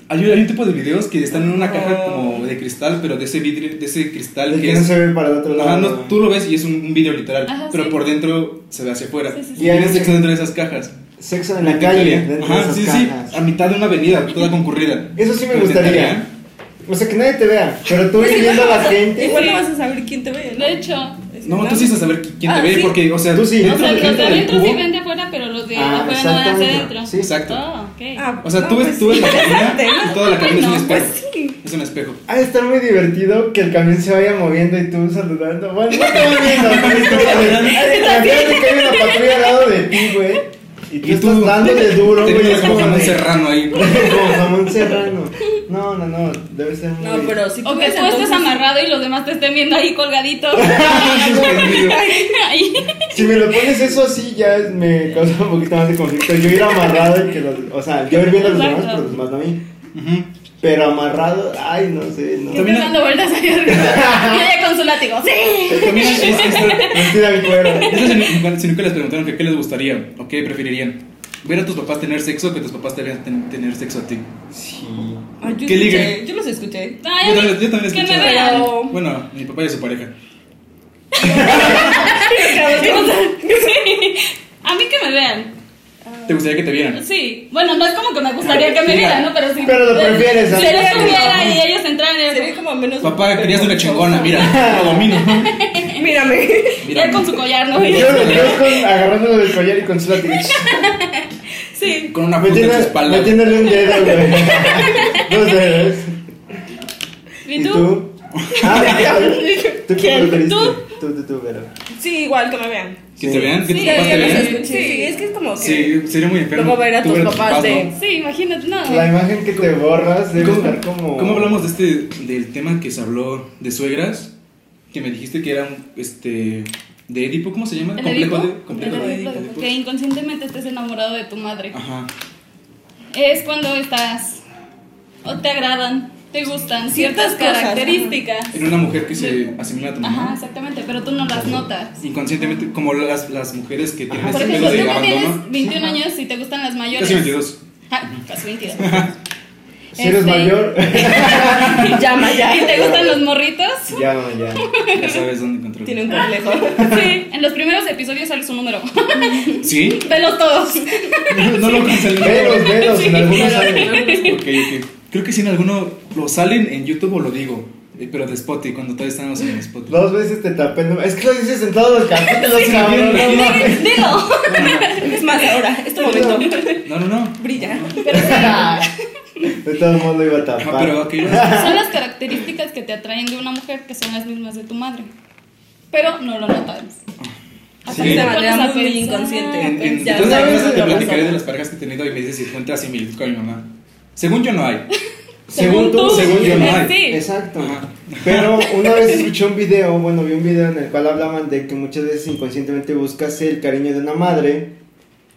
D: Hay, un- hay un tipo de videos que están en una caja como de cristal, pero de ese vidrio, de ese cristal
B: El
D: que
B: que no
D: es.
B: se ve para el otro
D: Ajá,
B: lado.
D: no, tú lo ves y es un, un video literal,
C: Ajá,
D: pero
C: sí.
D: por dentro se ve hacia afuera.
C: Sí, sí,
B: sí.
D: Y tienes sexo dentro de esas cajas.
B: Sexo en la calle. dentro de
D: Ajá,
B: esas
D: sí,
B: cajas.
D: sí, a mitad de una avenida, toda concurrida.
B: Eso sí me
D: ¿Lo
B: gustaría.
D: intentarían?
B: O sea, que nadie te vea, pero tú ir viendo a la gente.
E: Igual no vas a saber quién te ve. ¿no?
C: De hecho.
D: No, tú sí vas a saber qui- quién te
E: Ah,
D: ve,
E: sí.
D: porque, o sea,
B: Tú sí.
D: dentro
C: O sea,
D: de
C: los de
D: gente del
C: adentro sí
D: cubo-
C: ven de afuera, pero los de
B: Ah,
C: afuera no van a
B: exactamente.
C: ser adentro.
B: Sí.
D: Exacto.
C: Oh, ok.
E: Ah,
D: O sea,
E: no,
D: tú ves,
E: pues
D: tú ves
E: sí.
D: la cabina y toda la cabina es
C: No,
D: un
E: pues
D: espejo.
E: sí.
D: Es un espejo.
B: Ha de estar muy divertido que el camión se vaya moviendo y tú saludando. Bueno, no te voy viendo, pero es como de, "Ay, Imagínate que hay una patrulla al lado de ti, güey. Y tú, estás dándole duro,
D: te
B: güey.
D: miras
B: Es
D: como
B: como
D: Jamón
B: de-
D: Serrano ahí.
B: Como jamón serrano. No, no, no. Debe ser muy.
E: No, pero si tú
C: O que
E: ves
C: tú estés
E: entonces- ah,
C: amarrado y los demás te estén viendo ahí colgadito.
D: Suspendido.
C: Ahí.
B: Si me lo pones eso así, ya es- me causa un poquito más de conflicto. Yo ir amarrado y que los. O sea, yo ir viendo a los demás, pero los demás no a mí.
D: Ujú.
B: Pero amarrado, ay, no sé, no.
C: Que estés dando vueltas ahí arriba. Y ella con su látigo. ¡Sí!
D: También es- es- es-
B: Vestida mi cuero.
D: Entonces, si nunca- si nunca les preguntaron que qué les gustaría o qué preferirían, ver a tus papás tener sexo o que tus papás te vean ten- tener sexo a ti.
B: Sí.
E: Ay, yo
D: ¿Qué liga?
E: escuché, Yo los escuché.
C: Ay,
D: yo, también, yo también
C: que me
D: escuchaba.
C: vean.
E: Pero-
D: Bueno, mi papá y su pareja.
C: A mí que me vean.
E: Ah.
D: ¿Te gustaría que te vieran?
C: Sí. Bueno, no es como que me gustaría que me vieran, ¿no? Pero sí.
B: Pero lo prefieres,
C: Si
B: ¿no?
C: yo estuviera y ellos entraran, yo-
E: Sería como menos.
D: Papá, querías una chingona,
B: Ah.
D: mira, lo domino.
E: Mírame.
D: Mira.
C: él con su collar, ¿no?
B: Yo lo veo con- agarrándolo del collar y con su látigo.
C: Sí.
D: Con una puta en su
B: Metiéndole,
D: espalda.
B: metiéndole un dedo, güey. Dos dedos.
C: ¿Y tú?
B: Ah, ¿Tú qué
C: ¿Quién?
B: preferiste?
C: ¿Tú?
B: Tú, tú, tú, pero.
E: Sí, igual que me vean.
D: Que te vean, que tus
C: Sí,
D: papás
E: yo
D: te
E: los
D: vean.
E: escuché. Sí, es que es como que.
D: Sí, sería muy enfermo.
E: Luego ver a
D: tú
E: tus papás de-
D: ¿no?
C: Sí, imagínate. No.
B: La imagen que te borras debe estar como.
D: ¿Cómo hablamos de este, del tema que se habló de suegras? Que me dijiste que era un, este, de Edipo, ¿cómo se llama?
C: ¿El Edipo?
D: de, complejo
C: El
D: de
C: Edipo,
D: Edipo.
C: Que inconscientemente estés enamorado de tu madre.
D: Ajá.
C: Es cuando estás o te agradan, te gustan ciertas,
E: Ciertas cosas,
C: características.
D: En una mujer que se asimila a tu
C: Ajá,
D: mamá.
C: exactamente, pero tú no las notas.
D: Inconscientemente, como las, las mujeres que tienen
B: Ajá.
C: Por
D: ese
C: ejemplo,
D: pedo
C: tú
D: de
C: que
D: abandono.
C: tienes 21 años y te gustan las mayores.
D: Casi 22.
C: Ah, casi 22.
B: Si eres
C: Este,
B: mayor.
E: Llama ya.
C: ¿Y te gustan los morritos?
B: ya, no, ya.
D: Ya sabes dónde encontrarlo.
E: Tiene un complejo.
C: Sí, en los primeros episodios sale su número.
D: ¿Sí?
C: Velos todos.
D: No lo cancelé.
B: Velos, velos, en algunos
E: Pero-
B: años.
D: Ok, ok. Creo que si en alguno lo salen en YouTube o lo digo. eh, Pero de Spotify, cuando todavía estábamos en Spotify.
B: Dos veces te tapé el número. Es que lo dices en todos los capítulos,
D: Sí,
B: cabrón.
D: sí.
B: no mames.
C: Dilo.
E: Es más, ahora, este momento.
D: No, no, no.
E: Brilla.
B: De todo modo iba a
D: Ajá,
B: tapar.
D: Ah, pero ok.
C: Son las características que te atraen de una mujer que son las mismas de tu madre. Pero no lo notas.
D: Sí.
E: Así de
C: te
E: manera
C: pones a
E: muy
C: pensar,
E: inconsciente.
D: En, en,
E: Ya
D: entonces,
E: sabes
D: ahorita
E: lo
D: te
E: que
D: platicaré
E: pasó.
D: de las parejas que he tenido y me dices si encuentras similitud con mi mamá. Según yo, no hay.
B: Según tú,
D: según yo, no
C: sí.
D: hay.
B: Exacto.
D: Ajá.
B: Pero una vez escuché un video, bueno, vi un video en el cual hablaban de que muchas veces inconscientemente buscas el cariño de una madre,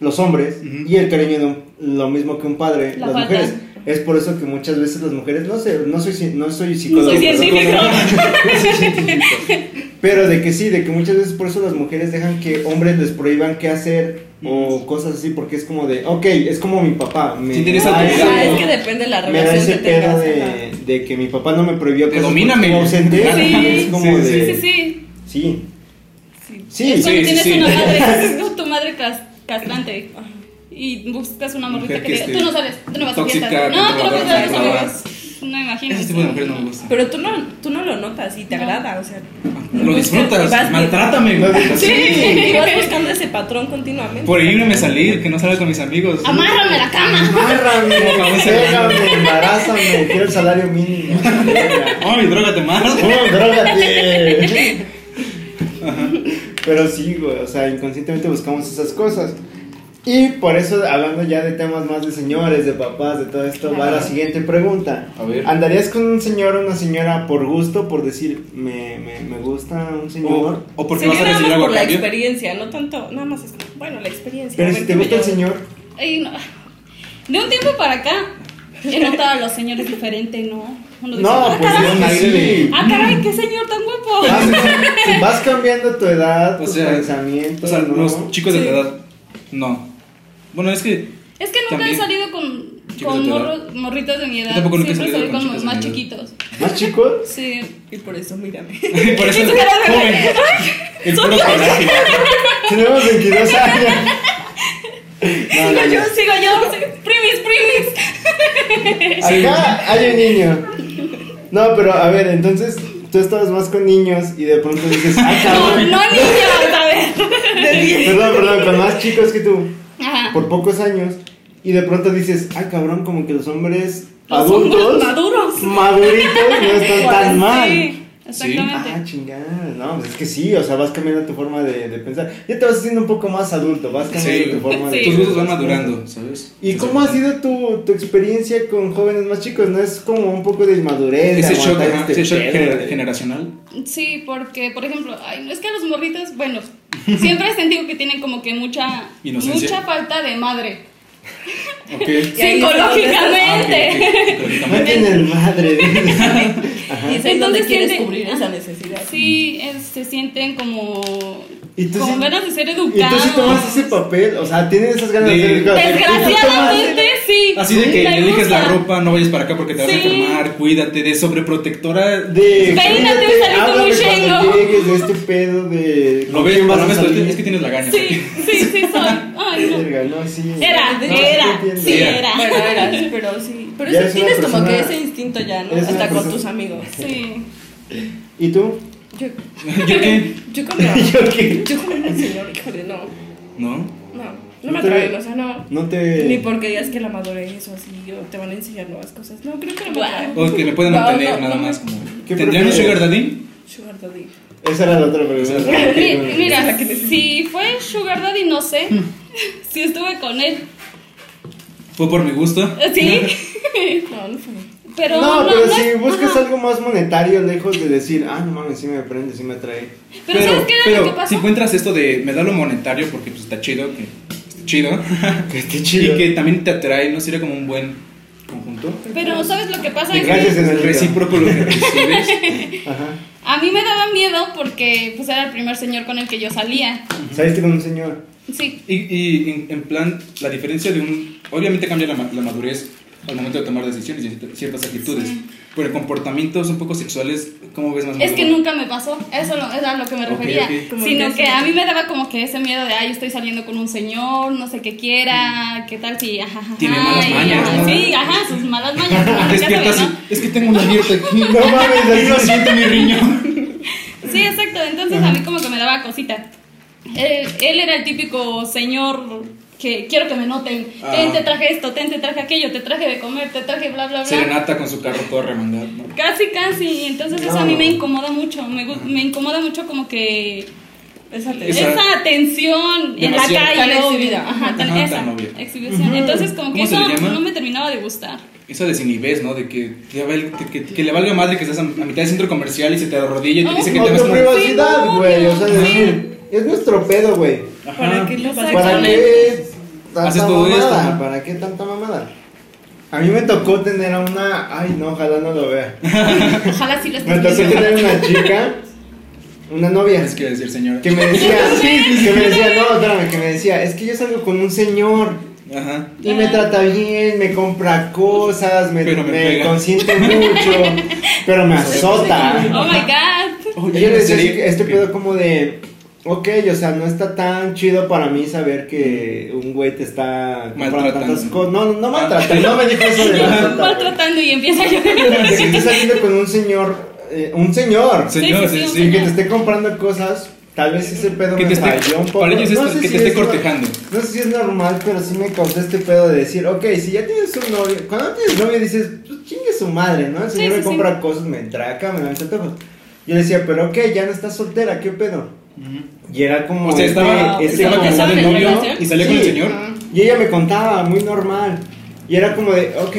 B: los hombres,
D: Ujú.
B: y el cariño de un- lo mismo que un padre,
C: La
B: las
C: falta.
B: mujeres. Es por eso que muchas veces las mujeres, no sé, no soy, ci- no soy
C: No
B: psicólogo.
C: soy
B: pero-
C: científico.
B: Pero de que sí, de que muchas veces por eso las mujeres dejan que hombres les prohíban qué hacer o cosas así, porque es como de, ok, es como mi papá. Me
D: Sí, tienes
B: da
D: autoridad,
E: Ah,
B: ese-
E: es que depende de la
B: me da
E: relación
B: ese
E: que tengas.
B: pedo
E: ajá.
B: de, de que mi papá no me prohibió
D: De
B: cosas porque
D: domíname.
B: estuvo ausente.
D: Sí,
B: es como
D: sí,
B: de,
C: Sí, sí.
B: Sí.
E: Sí.
B: Sí,
C: es cuando
D: sí,
C: tienes
D: sí.
C: una madre, no, tu madre cas- castrante. Y buscas una morrita
D: Mujer
C: que,
D: que
C: diga,
D: esté
C: tú no sabes, tú no vas a
D: tóxica,
C: fiestas. No, tú no vas a
D: controladora,
C: eso, no
D: controladora.
C: vas. No me imagino.
D: Ese tipo de mujeres no me gustan.
E: Pero tú no, tú no lo notas y te
C: No.
E: agrada, o sea.
D: Lo disfrutas.
E: Vas-
D: Maltrátame.
B: Lo
D: güey.
B: disfrutas.
E: Y vas buscando ese patrón continuamente.
D: Por ahí no me salir, que no salga con mis amigos.
C: Amárrame la cama.
B: Amárrame,
D: Como dice
B: pégame, embarázame, quiero el salario mínimo.
D: Ay, drógate más.
B: ¡Oh, drógate! Pero sí, güey, o sea, inconscientemente buscamos esas cosas. Y por eso, hablando ya de temas más de señores, de papás, de todo esto, va la
D: Ajá.
B: siguiente pregunta.
D: A ver.
B: ¿Andarías con un señor o una señora por gusto, por decir, me, me, me gusta un
D: O,
B: señor?
D: o porque
E: Sería
D: vas a
E: nada
D: recibir
E: más
D: algo a
E: por la
D: cambio.
E: experiencia, no tanto, nada más es como, bueno, la experiencia. a
B: Pero
E: ver
B: si te
E: qué me
B: gusta el
E: llevo.
B: señor,
C: Ay, no. De un tiempo para acá he notado a los señores diferente, ¿no? Uno dice,
B: no,
C: ah,
B: pues mm.
C: caray,
B: tiene un aire de-
C: ah, caray, qué señor tan guapo.
B: Vas, vas cambiando tu edad,
D: Ah, O
B: tus
D: sea,
B: pensamientos.
D: O sea,
B: ¿no?
D: los chicos de
E: Sí.
D: la edad, no. Bueno, es que
C: Es que nunca
D: También.
C: he salido con,
D: Chicos
C: con
D: de tu
C: morros-
D: edad.
C: morritos de mi edad.
D: Yo tampoco nunca he
C: Siempre
D: salido
C: salí
D: con
C: con, los
D: chicos
C: más
D: de mi edad.
C: chiquitos.
B: ¿Más chicos?
C: Sí.
E: Y por eso, mírame.
D: por eso joven, el puro coraje.
B: Tenemos 22 años. No, no,
E: Sigo
B: no.
E: yo, sigo yo. sigo-
C: Primis, primis.
B: Acá hay un niño. No, pero a ver, entonces tú estabas más con niños y de pronto dices, ah,
C: No,
B: cabrón.
C: no niños, a ver.
B: Perdón, perdón, con más chicos que tú,
C: Ajá.
B: por pocos años. Y de pronto dices, ah, cabrón, como que los hombres
C: Los
B: adultos,
C: hombres maduros. Pues
B: maduritos, no están tan mal.
C: Sí, exactamente.
B: Ah, chingada, no, pues es que sí, o sea, vas cambiando tu forma de, de pensar. Ya te vas haciendo un poco más adulto, vas cambiando
D: Sí,
B: tu forma de
C: Sí.
D: tus gustos van madurando, ¿sabes?
B: ¿Y cómo ha sido tu, tu experiencia con jóvenes más chicos? ¿No es como un poco de inmadurez? de
D: Ese shock,
B: aguantar
D: ajá,
B: este
D: ese shock
B: pedo,
D: genera-
B: de-
D: generacional.
C: Sí, porque, por ejemplo, ay, no es que los morritos, bueno, siempre he sentido que tienen como que mucha,
D: Inocencia.
C: mucha falta de madre.
D: Ok.
E: Y ahí es
D: Ah, ok,
C: Psicológicamente.
D: ok, psicológicamente.
B: Meten el madre.
E: Y es ahí
C: Entonces,
E: donde quieres
C: siente-
E: cubrir esa necesidad.
C: Sí, es- se sienten como
B: ¿Y tú
C: con
B: sí-
C: ganas de ser educados.
B: Y tú sí tomas ese papel, o sea, tienes esas ganas de
D: De-
B: ser educado. Y tú tomas-
C: Desgraciadamente sí.
D: Así de que
C: Me
D: le eliges la
C: gusta.
D: ropa, no vayas para acá porque te vas a
C: Sí.
D: enfermar, cuídate de sobreprotectora.
B: De,
C: Peínate,
B: cuídate,
C: saliste
B: háblame
C: muy
B: cuando
C: lleno.
B: llegues de este pedo de.
D: Lo ves,
B: ¿con quién
D: lo
B: vas a
D: ves,
B: salir?
D: es que tienes la gaña.
C: Sí, sí, sí soy. Ay, no.
B: Verga, no, sí.
C: Era,
B: No, sí
C: era,
B: te entiendo.
C: sí era.
E: Bueno, era, pero sí. Pero
B: Ya
E: sí
B: es una
E: tienes como que
B: persona-
E: ese instinto ya, ¿no?
B: es una
E: Hasta con
B: persona-
E: tus amigos.
C: Sí.
B: ¿Y tú?
E: Yo,
D: ¿Yo qué?
E: yo como. yo
B: ¿Yo qué?
E: como un señor, híjole, no.
D: ¿No?
E: No, no me atraen, o sea, no.
B: No
D: eh,
B: te.
E: Ni porque digas que la madurez o así, o te van a enseñar nuevas cosas. No, creo que no me
C: Wow.
E: atraen.
D: O que me pueden
E: No,
D: mantener
E: no,
D: nada
E: no me-
D: más como.
B: ¿Qué
D: ¿Tendrían un
B: prefieres?
D: sugar daddy?
E: Sugar daddy.
B: Esa era la otra pregunta.
C: Mi-
E: Es la
C: Mira,
E: que necesito.
C: si fue Sugar Daddy, no sé.
B: Hmm.
C: Si estuve con él.
D: Fue por mi gusto.
C: Sí.
E: No, no fue.
C: Pero
B: No, pero
C: no
B: si
C: es-
B: buscas
C: ajá.
B: algo más monetario, lejos de decir, ah, no mames, sí me prende, sí me atrae.
C: Pero, ¿sabes qué era
D: pero
C: lo que pasó?
D: si encuentras esto de me da lo monetario porque pues está chido, que está chido.
B: Que esté chido.
D: Y que también te atrae, ¿no? Sería como un buen conjunto.
C: Pero ¿sabes lo que pasa?
B: De
C: Es
B: gracias.
C: que
B: Enrique.
D: Es recíproco lo que recibes.
B: Ajá.
C: a mí me daba miedo porque pues era el primer señor con el que yo salía.
B: ¿Sabiste con un señor?
C: Sí.
D: Y, y en, en plan, la diferencia de un... Obviamente cambia la, ma- la madurez al momento de tomar decisiones y cier- ciertas actitudes. Pero comportamientos un poco sexuales, ¿cómo ves más
C: Es que
D: maduro?
C: nunca me pasó, eso lo- es a lo que me
D: Ok,
C: refería,
D: ok.
E: Como
C: sino
E: que
C: que
E: ese-
C: a mí me daba como que ese miedo de, ay, estoy saliendo con un señor, no sé qué quiera, qué tal si, ajá, ajá,
D: Tiene
C: ajá,
D: malas
C: y
D: mañas,
C: ajá,
D: ¿no?
C: sí, ajá, sus malas mañas, como que ya
D: Ah, Despiertas
C: sabes,
D: y, Es que tengo una abierta aquí.
B: No mames, ahí
D: Lo
B: no sé.
D: siento mi riñón.
C: ¿no? Sí, exacto, entonces a mí como que me daba cosita. Él, él era el típico señor que quiero que me noten, ten,
D: Ah.
C: te traje esto, ten, te traje aquello, te traje de comer, te traje bla, bla, bla.
D: Serenata con su carro todo remangado. ¿no?
C: Casi, casi. Entonces eso a mí me incomoda mucho. Me, gu- me incomoda mucho como que
E: Esa te-
D: Esa-
C: esa, atención en la
D: Demasiado.
C: calle.
E: Tan
C: obvio.
E: exhibida.
C: Ajá, tan,
D: Ajá,
C: esa,
D: tan obvia.
C: exhibición. Entonces como que
D: ¿Cómo se
C: eso
D: le llama?
C: no me terminaba de gustar.
D: Eso de sinivés, ¿no? De que, te val- que, que- que le valga madre que estás a, a mitad del centro comercial y se te arrodilla y te dice que
B: O
D: te vas
B: tu
D: con... Ajá.
B: privacidad,
C: Sí,
B: güey. O sea,
C: no,
B: decir, es nuestro pedo, güey.
D: Ah,
E: ¿Para qué lo vas a
B: ¿Para
E: poner?
B: qué tanta
D: Haces todo esto,
B: mamada?
D: ¿no?
B: ¿Para qué tanta mamada? A mí me tocó tener a una. Ay, no, ojalá no lo vea.
C: Ojalá sí lo
B: Me tocó
C: estés
B: tener una chica, una novia.
D: Es que decir, señor.
B: Que me decía, que me decía, no, espérame, que me decía, es que yo salgo con un señor
D: Ajá.
B: y me trata bien, me compra cosas, me,
D: Pero me
B: me
D: pega.
B: consiente mucho, pero me azota.
C: Oh my god.
D: Oh,
B: Y
D: ya
B: yo le decía,
D: sería-
B: así que este
D: Ok.
B: pedo como de, ok, o sea, no está tan chido para mí saber que un güey te está comprando
D: Maltratando.
B: tantas cosas. No, no, no maltrata, no me dijo eso de
C: Mal
B: maltrata.
C: tratando y empieza a llorar.
B: güey. Si estás saliendo con un señor, eh, un señor,
D: Señor,
C: Sí, sí,
D: sí,
C: sí,
D: sí.
B: y que te esté comprando cosas, tal vez ese pedo
D: Que
B: me
D: te esté-
B: falló un poco.
D: para ellos es
B: No
D: que
B: sé
D: te
B: si
D: esté
B: es nor-
D: cortejando.
B: No sé si es normal, pero sí me causó este pedo de decir, ok, si ya tienes un novio, cuando tienes novio dices, pues chingue su madre, ¿no? El
C: Sí,
B: señor me
C: sí,
B: compra cosas, me entraca, me lanza todo. Yo le decía, pero ok, ya no estás soltera, ¿qué pedo? Y era como.
D: O sea, estaba,
B: este- este
D: estaba
B: como-
D: casada de
C: ¿Estaba en
D: novio
C: relación?
D: y salía con el
B: Sí.
D: señor.
B: Y ella me contaba, muy normal. Y era como de, ok,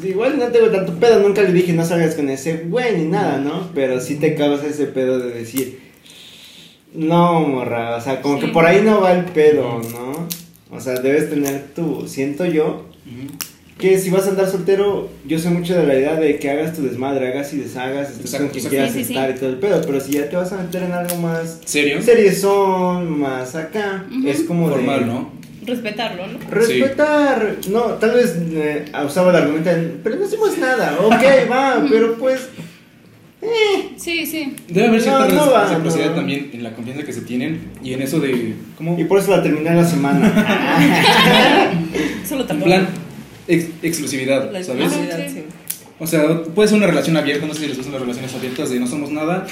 B: pues igual no tengo tanto pedo. Nunca le dije, no salgas con ese güey ni nada, ¿no? Pero sí te causa ese pedo de decir, no, morra, o sea, como
C: Sí.
B: que por ahí no va el pedo, ¿no? O sea, debes tener tu, siento yo, que si vas a andar soltero, yo soy mucho de la idea de que hagas tu desmadre, hagas y deshagas, estés
D: Exacto,
B: con quien
D: exacto.
B: quieras
C: Sí, sí, sí.
B: estar y todo el pedo. Pero si ya te vas a meter en algo más
D: ¿Serio?
B: seriezón, más acá,
C: Ujú.
B: es como de-
D: Formal, ¿no?
E: Respetarlo, ¿no?
B: Respetar, no, tal vez eh, usaba el argumento, de, pero no hacemos nada, ok, va, pero pues,
C: Sí, sí.
D: Debe haber cierta
B: No, no
D: res-
B: va,
D: reciprocidad
B: no.
D: también en la confianza que se tienen y en eso de. ¿Cómo?
B: y por eso la terminé la semana.
E: Solo
D: En
E: tampoco.
D: plan, ex- exclusividad,
E: La
D: ¿sabes?
E: exclusividad,
C: Ajá, sí.
E: sí.
D: O sea, puede ser una relación abierta, no sé si les gustan las relaciones abiertas de no somos nada,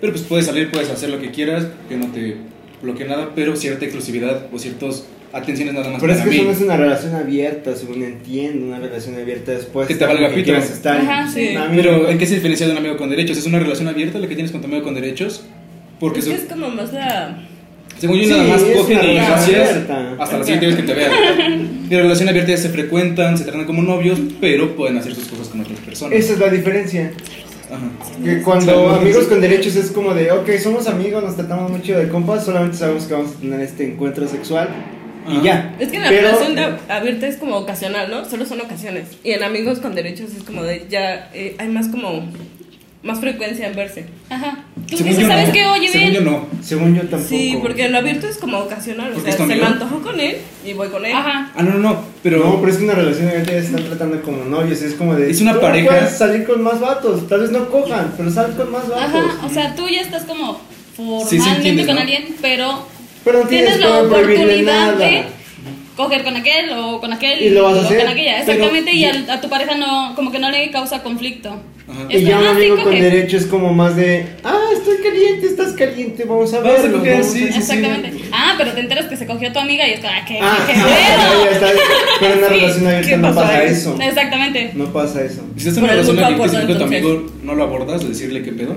D: pero pues puedes salir, puedes hacer lo que quieras, que no te bloquee nada, pero cierta exclusividad o ciertas atenciones nada más
B: pero es
D: para
B: que
D: mí.
B: eso no es una relación abierta, según entiendo, una relación abierta después.
D: Que te valga
B: que
D: pito.
B: quieras estar.
C: Ajá, sí.
B: A mí
D: Pero
B: me-
D: ¿en qué se diferencia de un amigo con derechos? ¿Es una relación abierta la que tienes con tu amigo con derechos? Porque
E: Es que
D: eso-
E: es como más la.
D: según yo
B: Sí,
D: nada más
B: es
D: cogen
B: una
D: y
B: relación
D: gracias
B: abierta.
D: hasta la siguiente vez que te vean. Y la relación abierta ya se frecuentan, se tratan como novios, pero pueden hacer sus cosas con otras personas.
B: Esa es la diferencia.
D: Ajá.
B: Que cuando
D: Salud.
B: amigos con derechos es como de, ok, somos amigos, nos tratamos mucho de compas, solamente sabemos que vamos a tener este encuentro sexual
D: Ajá.
B: y ya.
E: Es que en la
B: Pero-
E: relación de abierta es como ocasional, ¿no? Solo son ocasiones. Y en amigos con derechos es como de ya. eh, hay más como. Más frecuencia en verse.
C: Ajá. Tú
D: Según
C: dices,
D: yo
C: ¿sabes
D: no.
C: qué? Oye,
D: Según
C: ven.
D: yo no.
B: Según yo tampoco.
E: Sí, porque lo abierto es como ocasional. O
D: Porque es
E: sea,
D: tu
E: se me
D: amigo.
E: antojó con él y voy con él.
C: Ajá.
D: Ah, no, no, no, pero...
B: No, pero es que una relación ahorita ya se están tratando como novios, es como de...
D: Es una
B: tú
D: pareja.
B: Puedes salir con más vatos, tal vez no cojan, pero sal con más vatos.
C: Ajá. O sea, tú ya estás como
D: Sí, sí
C: formalmente
D: entiendes,
C: con
D: ¿no?
C: alguien, pero
B: pero no tienes,
C: tienes la
B: cómo prohibirle
C: oportunidad
B: nada.
C: de coger con aquel o con aquel
B: Y lo vas a
C: o
B: hacer,
C: con aquella.
B: pero-
C: Exactamente, y al- a tu pareja no, como que no le causa conflicto.
D: Ajá.
B: Y
C: Es
B: ya un
C: como, ah, sí,
B: amigo con
C: coge.
B: derecho es como más de, ah, estoy caliente, estás caliente, vamos a
D: Vamos a
B: verlo.
D: coger,
B: vamos a-
D: sí.
C: Exactamente. Ah, pero te enteras que se cogió a tu amiga y es como, ah, qué,
B: Ah,
C: qué
B: ah,
C: pedo.
B: ya está. Pero en una
C: Sí,
B: relación abierta
E: ¿qué
B: no
E: pasó
B: pasa
E: ahí?
B: eso.
C: Exactamente.
B: No pasa eso.
D: Si estás en una
E: Por algún
D: relación abierta y
E: favor,
D: se junta tu
E: entonces.
D: amigo, ¿no lo abordas? de ¿Decirle qué pedo?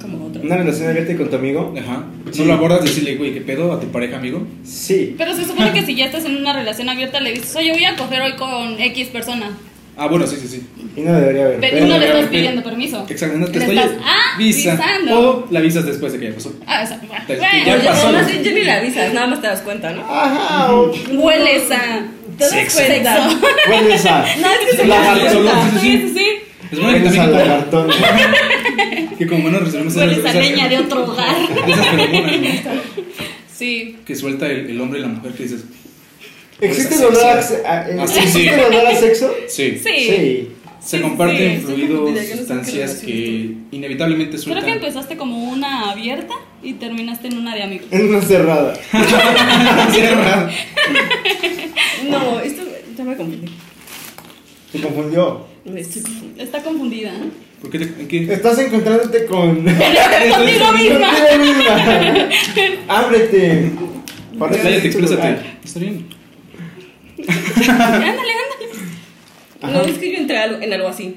E: Como otra.
B: ¿Una relación abierta y con tu amigo?
D: Ajá.
B: Sí.
D: ¿No lo abordas? de ¿Decirle, güey, qué pedo a tu pareja, amigo?
B: Sí.
C: Pero se supone que si ya estás en una relación abierta, le dices, oye, voy a coger hoy con X persona.
D: Ah, bueno, sí, sí, sí.
B: Y no debería haber.
C: Pero
B: pedo.
C: tú no le
D: pero-
C: estás pidiendo permiso.
D: Exacto, no te
C: Le
D: estoy
C: estás ah,
D: visa.
C: avisando.
D: O la avisas después de que ya pasó.
C: Ah, o sea, bueno,
D: Te-
C: bueno,
D: ya
E: Oye,
D: pasó.
E: o más bien ya ni la avisas, nada más te das cuenta, ¿no?
C: Ah,
B: Ajá, o...
C: Hueles a
E: Te das
D: Sexo.
E: cuenta.
B: ¿Cuál es esa?
E: No, es que se me
B: La
E: da
D: Lagarto,
E: cuenta.
D: ¿no?
C: Sí, sí, sí.
D: Es bueno que
B: Hueles a
D: también
B: lagartón.
D: como, que como no recibimos
C: Hueles a leña de otro hogar.
D: esas feromonas, ¿no?
C: Sí.
D: Que suelta el, el hombre y la mujer que dices,
B: ¿Existe
D: Pues,
B: el olor a,
D: sí.
B: se- a- eh,
D: Ah, sí,
B: ¿existe
D: sí.
B: el olor a sexo?
D: sí.
C: Sí.
D: Se
C: Sí,
D: comparten
C: sí, sí.
D: fluidos,
E: Yo no sé qué
D: sustancias
E: relación
D: que inevitablemente
C: Creo que
D: sueltan.
C: empezaste como una abierta y terminaste en una de amigos.
B: En una cerrada.
D: Sí, ¿verdad?
E: No, esto ya me confundí.
B: Te confundió.
E: Me estoy confundiendo.
C: Está confundida. ¿eh?
D: ¿Por qué te, en qué?
B: Estás encontrándote con.
C: Contigo misma.
B: contigo misma. Ábrete.
D: Cállate,
B: tu lugar.
D: exprésate. Está bien.
C: Ándale, ándale.
E: No, es que yo entré algo- en algo así.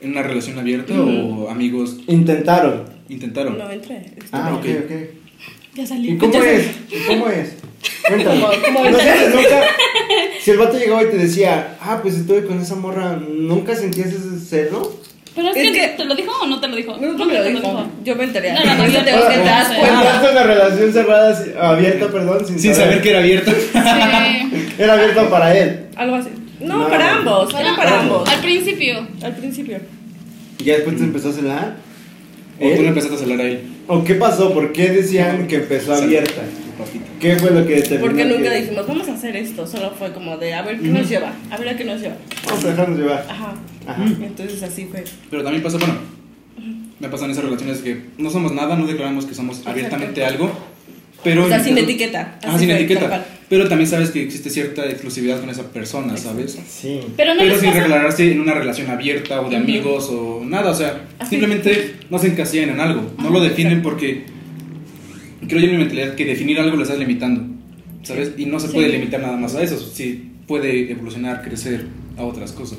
D: ¿En una relación abierta o amigos
B: Intentaron.
D: intentaron?
E: No entré.
B: Ah, ok,
D: Ok.
B: ok.
C: Ya
B: ¿Y
C: salí.
B: cómo
C: Ya
B: es?
C: salí.
B: ¿Y cómo es? Cuéntame.
E: ¿Cómo- cómo
B: No sabes, nunca. Si el vato llegaba y te decía, ah, pues estuve con esa morra, ¿nunca sentías ese celo?
C: Pero es,
E: Es
C: que,
E: que-
C: ¿te lo dijo o no te lo dijo?
E: No, no
C: Creo que
E: me lo
C: te
E: dijo. Yo me enteré.
C: No, no, no,
E: Eso
C: yo-
E: te
C: yo-
E: vas a dar
C: yo-
E: cuenta.
B: Entraste en la relación cerrada, si- abierta, perdón, sin,
D: Sin saber que era abierta.
C: Sí.
B: Era abierta para él.
E: Algo así. No,
B: No.
E: para ambos. Era para ambos.
C: Ah, Al principio.
E: Al principio.
B: Y ya después te empezó a celar.
D: O tú le
B: ¿Eh?
D: empezaste a celar a él.
B: ¿O qué pasó? ¿Por qué decían que empezó abierta?
D: Tu papita.
B: ¿Qué fue lo que determinó?
E: Porque nunca
B: que-
E: dijimos, vamos a hacer esto. Solo fue como de, a ver qué nos lleva. A ver a qué nos lleva.
B: Vamos a dejarnos llevar.
E: Ajá.
B: Ajá.
E: Entonces así fue.
D: Pero también pasa, bueno, me pasan esas relaciones que no somos nada, no declaramos que somos abiertamente algo, pero...
E: O sea, sin
D: pero-
E: etiqueta.
D: Ajá,
E: Así
D: Ah, sin
E: fue,
D: etiqueta.
E: tal cual.
D: Pero también sabes que existe cierta exclusividad con esa persona, ¿sabes?
B: Sí.
C: Pero no
D: Pero
C: les
D: sin
C: pasa-
D: declararse en una relación abierta o de amigos o nada, o sea,
E: Así.
D: simplemente no se encasillan en algo, no lo definen porque creo yo en mi mentalidad que definir algo lo estás limitando, ¿sabes? Y no se puede limitar nada más a eso, sí puede evolucionar, crecer a otras cosas.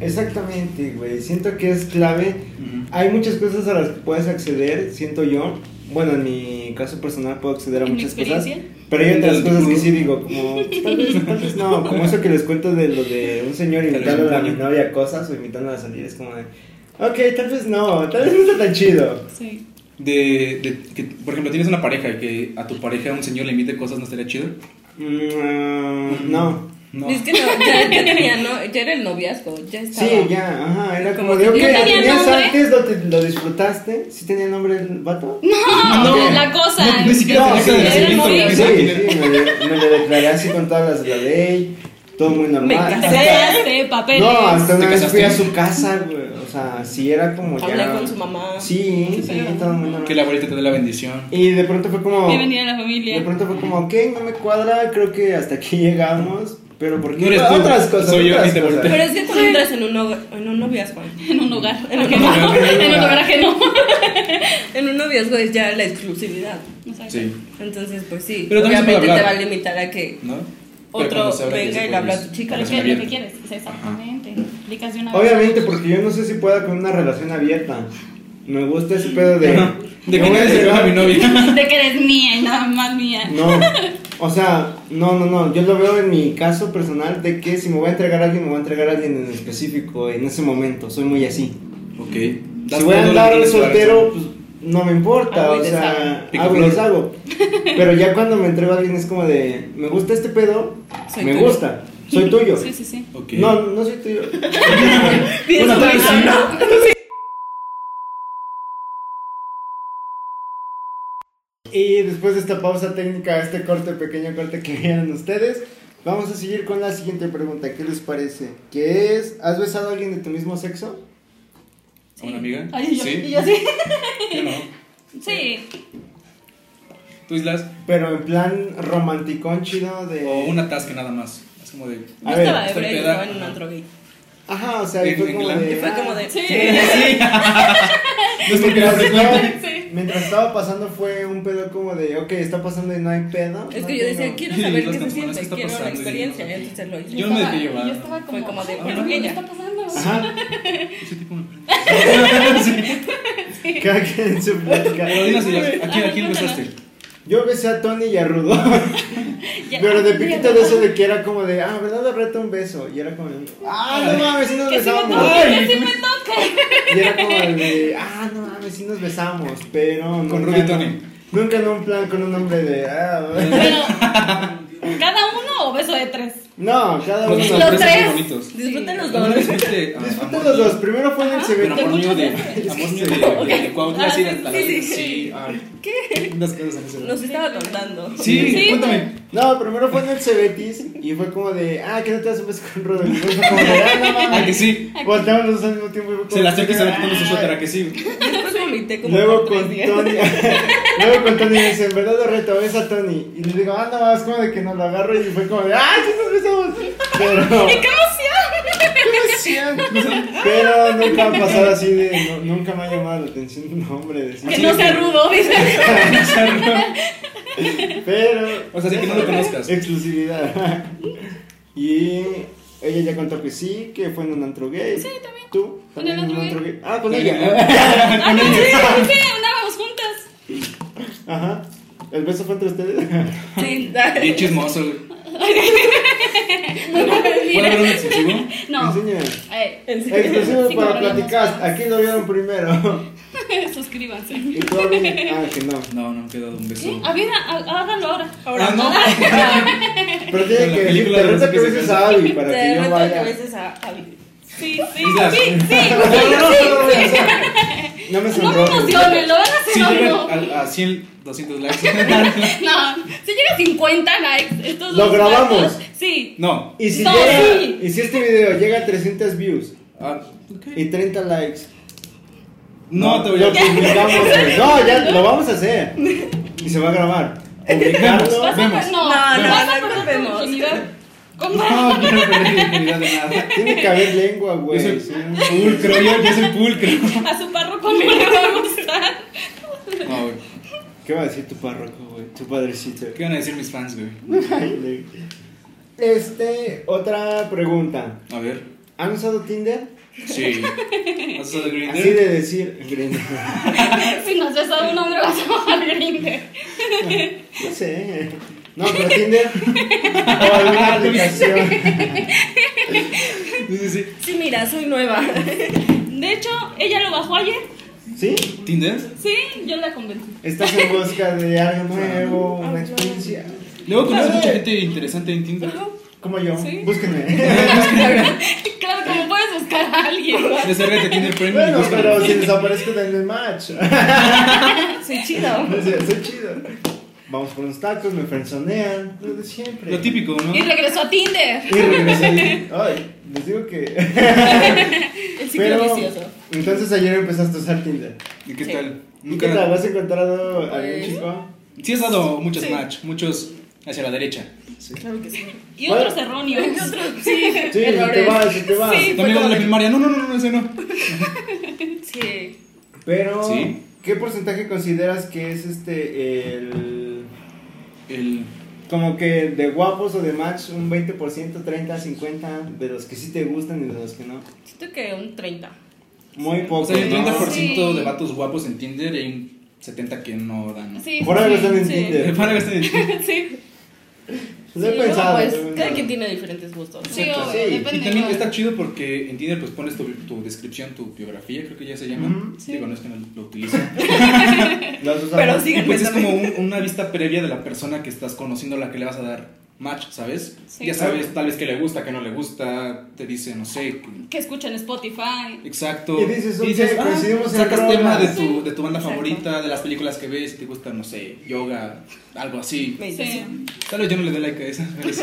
B: Exactamente, güey. Siento que es clave.
D: Ujú.
B: Hay muchas cosas a las que puedes acceder, siento yo. Bueno, en mi caso personal puedo acceder a
C: ¿En mi
B: muchas cosas.
C: experiencia?
B: Pero hay otras
D: Del
B: cosas que
D: gurú.
B: sí digo, como tal vez, tal vez no, como eso que les cuento de lo de un señor
D: vez
B: invitando a
D: un
B: mi
D: baño.
B: novia a cosas o invitando a salir, es como de, ok, tal vez no, tal vez no está tan chido.
C: Sí.
D: De, de que, por ejemplo, tienes una pareja y que a tu pareja un señor le invite cosas, ¿no estaría chido?
B: Mm, ah, no.
D: No.
E: Es que no, ya, ya tenía, ¿no? Ya era el noviazgo, ya
B: Sí,
E: estaba.
B: ya, ajá, era como,
E: Como
B: de,
E: que
B: ok,
E: ya
B: lo
C: tenía
B: tenías
C: nombre.
B: antes, lo, te- lo disfrutaste, ¿sí tenía nombre el vato?
C: No,
B: No.
C: la cosa.
D: No, ni siquiera
B: No,
D: tenía
B: sí, sí,
D: que decir
C: era
B: sí,
C: el
D: esto,
C: novio.
B: sí, sí, me, le- me le declaré así con todas las de la ley, todo muy normal.
E: Me
C: Te
E: casé.
C: casaste, papeles.
B: No, hasta una
D: ¿Te
B: vez fui a
D: casaste?
B: su casa, güey. O sea, sí era como
E: Hablé
B: ya.
E: con su mamá.
B: Sí, sí,
E: feo.
B: todo muy normal.
D: Que la abuelita te dé la bendición.
B: Y de pronto fue como.
C: Bienvenida a la
B: De
C: familia.
B: pronto fue como, ok, no me cuadra, creo que hasta aquí llegamos. Pero porque
D: No eres tú,
B: otras cosas.
D: soy yo,
B: otras
D: y te
B: cosas.
D: volteé.
E: Pero es que cuando entras en un, no- en un noviazgo,
C: En un lugar. En un
D: lugar,
C: lugar.
D: en un
C: En un lugar ajeno.
E: en un noviazgo es ya la exclusividad.
C: Exacto.
D: Sí,
E: Entonces, pues sí,
D: Pero también se puede
E: obviamente te va
D: hablar.
E: a limitar a que
D: ¿no? Pero
E: otro
D: cuando se habla ya
E: venga
D: se
E: y le habla a
D: puede-
E: tu chica.
C: Pero es que es lo
D: abierta.
C: que quieres. es Exactamente. Aplicas de una vez.
B: Obviamente, porque yo no sé si pueda con una relación abierta. Me gusta ese pedo de.
D: Ajá. De
B: me
D: que
B: voy a
D: nadie se coja
B: llevar-
D: a mi novia.
C: De que eres mía y nada más mía.
B: No, o sea, no, no, no. Yo lo veo en mi caso personal de que si me voy a entregar a alguien, me voy a entregar a alguien en específico en ese momento. Soy muy así.
D: Ok.
B: Si voy a andar soltero, pues no me importa,
E: Hago y
B: o sea,
E: deshago.
D: Pico
B: hago y
D: flor.
B: deshago. Pero ya cuando me entrego a alguien es como de, me gusta este pedo,
E: Soy
B: me
E: tuyo.
B: gusta, soy tuyo.
C: Sí, sí, sí.
D: Ok.
B: pues, No, no soy tuyo.
E: Pienso
D: Bueno, tal vez
E: eso,
D: sí.
E: ¿no?
B: Y después de esta pausa técnica, este corte, pequeño corte que vieron ustedes, vamos a seguir con la siguiente pregunta. ¿Qué les parece? ¿Qué es? ¿Has besado a alguien de tu mismo sexo?
D: ¿A una amiga?
C: Ay, y yo, y
D: sí.
C: yo sí.
D: Yo no.
C: Sí.
D: ¿Tú islas?
B: Pero en plan romanticón chido de...
D: O una tasca nada más. Es como de.
E: Yo
B: A ver.
E: estaba
D: Estoy
E: ebria y
D: peda.
E: estaba en un antro gay.
B: Ajá, o sea, y
D: En-
B: fue
D: en
B: como
D: glam.
B: de... ah,
E: Y fue como de.
C: Sí.
D: No es porque era frecuente.
C: Sí.
B: Mientras estaba pasando fue un pedo como de, ok, está pasando y no hay pedo.
E: Es
B: no
E: que yo decía,
B: tengo-
E: quiero
D: Sí,
E: saber qué
D: los
E: se
D: cantones, ¿qué
E: siente,
D: está
E: quiero la
D: pasando? Y yo,
E: experiencia,
D: no.
E: y entonces lo hice.
D: Yo me
C: estaba-
D: dejé llevar.
C: Yo estaba como,
E: Fue como de,
C: "Ah,
E: bueno,
C: ¿qué
E: ella".
C: está pasando?
B: Ajá,
D: Ese tipo me-
B: cada quien en su plática.
D: Pero dinos, Silas, ¿a quién, a quién besaste?
B: Yo besé a Tony y a Rudo,
C: Ya,
B: pero de
C: ya,
B: piquito
C: ya.
B: de eso de que era como de, ah, ¿verdad? Habrá un beso. Y era como de, ah, no mames, sí nos
C: Que sí me
B: besamos.
C: toque, que sí me toque.
B: Y era como de, ah, no mames, sí nos besamos, pero... nunca,
D: Rudy y
B: no-
D: Tony.
B: Nunca en un plan con un hombre de, ah,
C: Pero, ¿cada uno o beso de tres?
B: no, cada
D: Los
B: uno.
C: Los
D: hombres
C: tres.
D: son bonitos.
E: Disfruten los
D: ¿No
E: dos.
D: disfrutiste? Ah,
B: Disfruta
D: amor
B: los
D: mío.
B: dos, primero fue en
C: Ah,
B: el
D: Pero
B: cemento.
D: amor mío de,
C: Es
D: amor mío de, de, de Coahuila,
C: Ah,
D: así
C: sí,
D: hasta
C: sí,
D: la- sí.
C: sí, sí.
D: ah, unas cosas en ese-
E: Nos estaba contando.
D: Sí,
C: Sí.
D: cuéntame.
B: No, primero fue en el Cebetis y fue como de, ah, que no te das un beso con Rodolfo. Y fue como de, ah, no
D: Ah, que
B: mames.
D: sí.
B: Volteamos los dos al mismo tiempo y fue como
D: Se la acerca y se
B: de,
D: va quitando su
B: "Ah".
D: suéter, ¿a que sí?
E: Después vomité como
B: Luego
E: por tres
B: con
E: días.
B: Tony, luego con Tony dice, en verdad lo reto, ves a Tony. Y le digo, ah, no mames, como de que nos lo agarro y fue como de, ah, sí nos besamos. Pero,
C: ¡Qué emoción!
B: pero nunca ha pasado así de, no- nunca me ha llamado la atención un hombre de sí.
C: Que no sea rudo, dice.
B: Pero.
D: O sea, sí que no lo conozcas.
B: Exclusividad. y ella ya contó que sí, que fue en un antro gay. Sí,
C: también.
B: ¿Tú?
C: Con el
B: ¿También en un
C: antro
B: antro gay? Ah, con ella.
D: Ah,
C: Ah, no, sí, sí, sí, andábamos juntas.
B: Ajá. ¿El beso fue entre ustedes?
E: Sí.
D: Bien chismoso, güey. ¿Puedo
C: Mira.
D: ver un exclusivo?
C: No.
B: Enséñame.
C: Eh,
B: Exclusivo pues
C: Sí,
B: para
C: como lo
B: platicar.
C: vimos.
B: Aquí lo vieron primero.
C: Suscríbanse.
B: y tú Abby? Ah, que no.
D: No, no, que dado un beso.
C: ¿Qué? A ver, a- a- hágalo ahora.
D: Ah, no.
B: Pero
D: En
B: tiene
D: la
B: que decir,
D: película
B: te
D: de
B: reto
D: Rosa
B: que
D: que se
B: beses
D: casa.
B: a Abby para que
E: Te
B: yo
E: reto a que
B: vaya.
E: beses a Javi.
C: Sí, sí,
D: Islas.
C: sí, sí.
B: No, no, no, no, no, no me
C: No me
B: sonrojo.
C: emocionen, lo van a
D: Si
C: hacer o no.
D: llegan a, a 100, 200 likes.
C: No, si llega a 50 likes, estos
B: Lo
C: dos
B: grabamos.
C: vatos, Sí.
D: No.
B: Y si,
C: No,
B: llega,
C: sí.
B: y si este video llega a 300 views
D: Ah,
B: y 30 likes
D: no, te voy
B: lo
D: a
B: publicamos. güey. No, ya lo vamos a hacer. Y se va a grabar. Publicarlo.
D: Vemos.
C: Vas a per- no,
E: No, no,
C: vas
E: no
C: a perder tu
E: rompemos.
C: oportunidad. ¿Cómo?
D: No, no, no, no, no, de nada.
B: Tiene que haber lengua, güey.
D: Yo
B: Sí.
D: soy pulcro, yo, yo soy pulcro.
C: A su párroco no le va a gustar.
D: No, güey.
B: ¿Qué va a decir tu párroco, güey? Tu padrecito.
D: ¿Qué van a decir mis fans, güey?
B: Ay, güey. Este, otra pregunta.
D: A ver.
B: ¿Han usado Tinder?
D: Sí. ¿Has usado Grindr?
B: Así de decir, Grindr.
C: Si nos ves a un hombre, vas a bajar Grindr.
B: No sé. No, pero Tinder. O alguna
D: Ah,
B: aplicación.
D: Sí, sí, sí.
E: Sí, mira, soy nueva.
C: De hecho, ella lo bajó ayer.
B: ¿Sí?
D: ¿Tinder?
C: Sí, yo la convencí.
B: Estás en busca de algo nuevo,
E: Ah,
B: una experiencia.
D: Luego conoces mucha gente interesante en Tinder.
B: Como yo,
C: Sí.
B: búsquenme.
C: Claro, como puedes buscar a alguien.
D: Desárgate Tinder Premium. y
B: Bueno,
D: busca-
B: pero si desaparezco en el match.
E: Soy chido.
B: Soy soy chido. Vamos por unos tacos, me frenzonean, lo de siempre.
D: Lo típico, ¿no?
C: Y regresó a Tinder.
B: Y regresé. Ay, les digo que.
E: El ciclo
B: Pero.
E: vicioso.
B: Entonces ayer empezaste a usar Tinder.
D: ¿Y qué
E: Sí.
D: tal?
B: ¿Y qué tal? ¿Has encontrado a algún
E: Pues-
B: chico?
D: Sí has dado muchos
E: Sí.
D: match, muchos hacia la derecha.
E: Claro que sí.
C: Y
B: Bueno.
C: otros erróneos.
E: Sí,
B: Sí, se te
E: errores.
B: va, se te va.
E: Sí.
D: Tu amigo de la primaria. No, no, no, no, ese no.
E: Sí.
B: Pero,
D: Sí.
B: ¿qué porcentaje consideras que es este el.
D: El...
B: Como que de guapos o de match, un 20%, 30, 50, de los que sí te gustan y de los que no.
E: Siento que un 30.
B: Muy
D: O
B: poco.
D: sea, hay un
B: ¿no?
D: 30%
C: Sí.
D: de vatos guapos en Tinder y hay un 70% que no dan. ¿no?
C: Sí,
B: Por algo
C: sí,
B: están en
C: sí.
B: Tinder.
D: Para gastar en Tinder.
C: Sí,
B: Lo he
E: Sí,
B: pensado.
E: no, pues,
B: lo he
E: cada
B: pensado.
E: quien tiene diferentes gustos.
C: sí,
B: Exacto,
C: obvio,
B: sí.
C: depende.
D: Y también
C: ¿no?
D: está chido porque en Tinder pues pones tu, tu descripción, tu biografía, creo que ya se llama.
B: Ujú.
D: Digo, no es que no lo utilice.
B: ¿Lo has usado?
E: Pero sí.
D: Y pues es
E: cuéntame.
D: como un- una vista previa de la persona que estás conociendo, a la que le vas a dar match, ¿sabes?
C: Sí.
D: Ya sabes tal vez que le gusta, que no le gusta, te dice, no sé, que-
C: Que escucha en Spotify.
D: exacto. "Ah,
B: Y dices, ok, coincidimos en
D: sacas tema de
B: rolas.
D: tu, de tu banda
E: Exacto.
D: favorita, de las películas que ves, si te gusta, no sé, yoga, algo así.
C: Sí.
E: Meditación.
D: Tal vez yo no le dé like a esa. pero sí.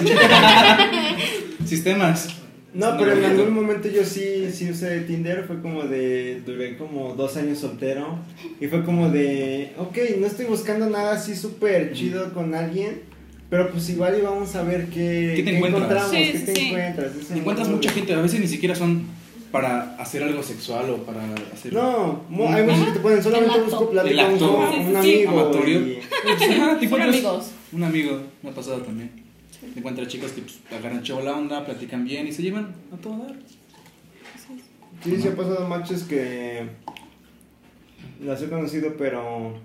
D: Sistemas.
B: No, pero en
D: no.
B: algún momento yo sí, sí usé Tinder, fue como de, duré como dos años soltero y fue como de, ok, no estoy buscando nada así súper chido con alguien, pero pues igual y vamos a ver qué,
D: ¿Qué te encuentras?
B: encontramos,
C: Sí,
B: qué
C: sí,
B: te
C: sí.
B: encuentras. Eso
D: Encuentras
B: no-
D: mucha gente, a veces ni siquiera son para hacer algo sexual o para hacer.
B: No, mu- hay muchos que te ponen, solamente
C: El
B: busco
C: acto.
B: platicar
D: El
B: con
D: acto.
B: un, un
C: Sí, sí, sí.
B: amigo.
D: Amatorio.
B: y-
D: Pues, ajá, te
E: Son
D: encuentras-
E: amigos.
D: Un amigo, me ha pasado también. Te encuentras chicas que pues, agarran chivo la onda, platican bien y se llevan a todo dar.
B: Sí, sí ha pasado matches que las he conocido, pero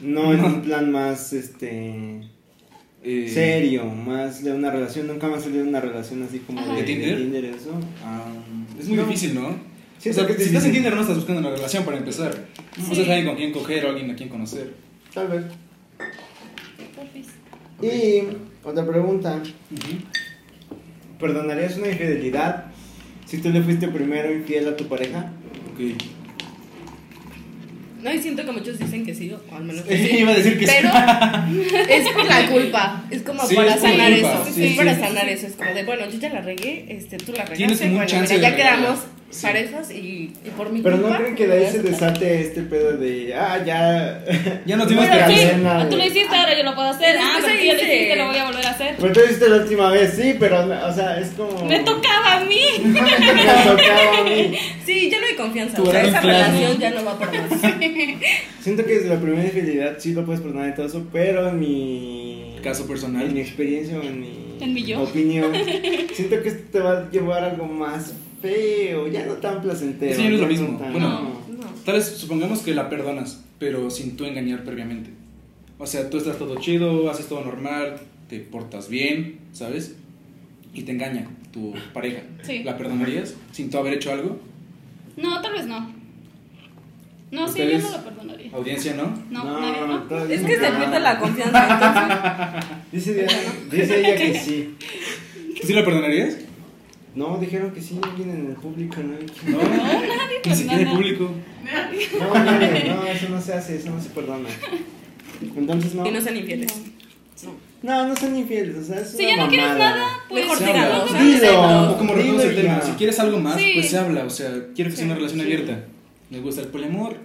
B: no en un plan más, este...
D: Eh,
B: serio, más de una relación, nunca más salido de una relación así como
C: Ajá.
B: de,
D: ¿De Tinder?
B: de Tinder, eso.
D: ah, es muy
B: No.
D: difícil, ¿no?
B: Sí,
D: o sea,
B: porque
D: si
B: es
D: estás en
B: difícil.
D: Tinder no estás buscando una relación para empezar. No
C: Sí.
D: sabes alguien con quien coger o alguien a quien conocer.
B: Tal vez.
C: Popis.
B: Y otra pregunta, ¿perdonarías una infidelidad si tú le fuiste primero infiel a tu pareja?
D: Ok.
E: No, y siento que muchos dicen que sí, o al menos que sí.
D: Iba a decir que sí.
E: Pero es por la culpa, es como
D: Sí,
E: para
D: es por
E: sanar
D: la culpa,
E: eso,
D: sí,
E: es
D: sí.
E: para sanar eso, es como de, bueno, yo ya la regué, este, tú la regaste,
D: Tienes como un
E: bueno,
D: chance
E: mira,
D: de
E: ya
D: arreglarla.
E: quedamos
D: Sí.
E: parejas y, y por mi
B: Pero no
E: culpa.
B: creen que de ahí se desate este pedo de, ah, ya... Ah,
D: Ya nos dimos
B: dimos
C: Bueno, sí, ah,
B: cadena,
C: tú lo
B: güey.
C: hiciste, ahora yo lo puedo hacer. Ah,
E: Después
C: pero
E: ahí
C: tú ya lo
E: dice-
C: hiciste, lo voy a volver a hacer.
B: Pero tú lo hiciste la última vez, sí, pero, o sea, es como...
C: Me tocaba a mí.
B: Me tocaba a mí.
E: Sí, ya no hay confianza,
D: Tu
E: o sea,
D: gran
E: esa
D: plan.
E: relación ya no va por más.
B: Siento que desde la primera infidelidad sí lo puedes perdonar y todo eso, pero en mi...
D: Caso personal.
B: En mi experiencia o en mi,
C: En mi yo.
B: opinión, siento que esto te va a llevar a algo más feo, ya no tan placentero.
D: Sí, no es lo
B: ya
D: mismo. Bueno.
B: no.
E: No.
D: Tal vez supongamos que la perdonas, pero sin tú engañar previamente. O sea, tú estás todo chido, haces todo normal, te portas bien, ¿sabes? Y te engaña tu pareja.
C: Sí.
D: ¿La perdonarías sin tú haber hecho algo?
C: No, tal vez no. No, sí, yo
D: ¿Ustedes?
C: no lo perdonaría.
D: Audiencia, ¿no?
C: No, nadie no.
B: todavía
E: Es
B: no
E: que se
B: nada.
E: pierde la confianza, entonces,
B: Dice, ella- dice ella que sí.
D: ¿Tú sí la perdonarías?
B: No, dijeron que sí, alguien en el público, no hay quien-
D: No,
C: nadie
D: ni siquiera el
C: perdona.
D: público.
B: No, nadie, no, eso no se hace, eso no se perdona. Entonces no.
E: y no sean infieles.
B: No, no son infieles, o sea, es
C: Si
B: una
C: ya no quieres
B: mamada.
C: nada, pues.
E: Mejor
D: se
E: dígalo,
D: habla.
E: o sea,
B: Dilo.
E: dígalo.
D: O como
B: Dime
D: retomamos el
B: ya.
D: tema, si quieres algo más,
C: Sí.
D: pues se habla. O sea, quiero que sea una relación
B: sí.
D: abierta. Me gusta el poliamor,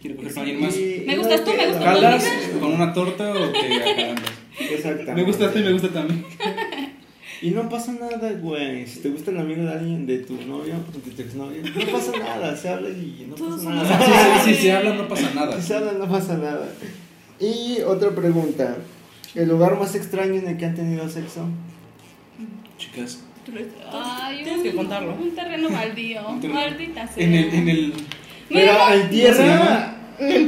D: quiero coger con alguien más.
B: Y-
C: Me
B: y
C: gustas
B: no
C: tú, me
B: queda.
C: gustas tú,
D: ¿Jalas con una torta o te acaban?
B: Exactamente.
D: Me gusta este y me gusta también.
B: Y no pasa nada, güey. Si te gusta el amigo de alguien, de tu novio, de tu exnovio, no pasa nada. Se habla y no
E: Todos
B: pasa
E: somos
B: nada.
D: Si se habla, no pasa nada.
B: Si se habla, no pasa nada. Y otra pregunta. ¿El lugar más extraño en el que han tenido sexo?
D: Chicas,
E: Tú lo- tú
C: Ay,
E: tienes que
C: un-
E: contarlo.
C: Un terreno baldío. Maldita sea.
D: En el, en el.
B: Pero
C: Mira,
B: en
D: ¿cómo se
B: tierra.
D: llama?
C: no,
B: No,
C: no,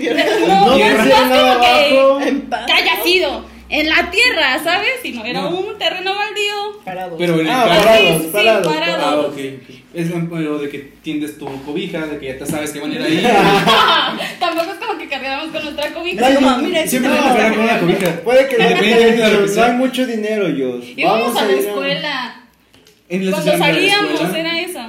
B: tierra
C: es
B: nada
C: como que-
B: abajo.
C: que haya sido en la tierra, ¿sabes? Sino era
D: No.
C: un terreno baldío.
E: Parados.
D: Pero en el
B: Ah,
D: campo.
B: parados,
C: sí,
B: parados,
C: parados.
B: parados.
D: Ah, ok. ok. Es lo de que tiendes tu cobija, de que ya te sabes que van a ir ahí.
C: Tampoco es como que cargábamos con nuestra
E: No,
C: cobija.
E: Ay, como, mira, es
D: Siempre
E: que
D: te
E: no,
D: esperan con una cobija.
B: Puede que no,
D: Independientemente de lo que
B: no hay
D: sea.
B: mucho dinero, yo.
C: Íbamos a la escuela.
D: En la
C: Cuando
D: sociedad de la
C: salíamos
D: escuela.
C: era eso.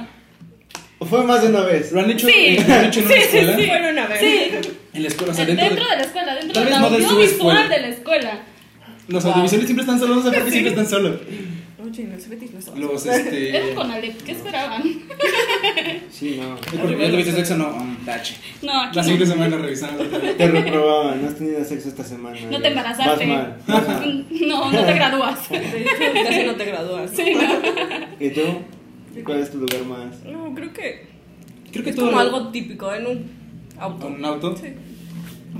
B: Fue más de una vez.
D: Lo han hecho,
C: Sí.
D: lo han hecho en una
C: Sí, sí,
D: escuela.
C: sí.
E: Fueron a ver.
C: Sí,
D: En la escuela, o sea,
C: dentro,
D: dentro, de-
C: de la escuela, dentro
D: Tal
C: del
D: vez no de su
C: audiovisual
D: escuela.
C: de la escuela.
D: Los
E: Wow.
D: audiovisuales siempre están solos, no sé por qué siempre están solos.
E: Oye, en el Cebetis no estaba.
D: Los,
C: Era
D: este...
C: con Alep, ¿qué esperaban?
B: Sí, no.
D: ¿El primer tuviste sexo? No, um, tache.
C: No, aquí
D: La
C: no.
D: siguiente semana revisando.
B: Te reprobaban, no has tenido sexo esta semana.
C: No
B: yo.
C: te
B: Vas
C: embarazaste.
B: mal. Vas mal.
C: No, no te gradúas.
E: De hecho, casi no te gradúas.
C: Sí, no.
B: ¿Y tú? ¿Cuál es tu lugar más?
E: No, creo que
D: Creo que
E: es
D: todo
E: como
D: lo-
E: algo típico en un auto.
D: ¿Con un auto?
E: Sí.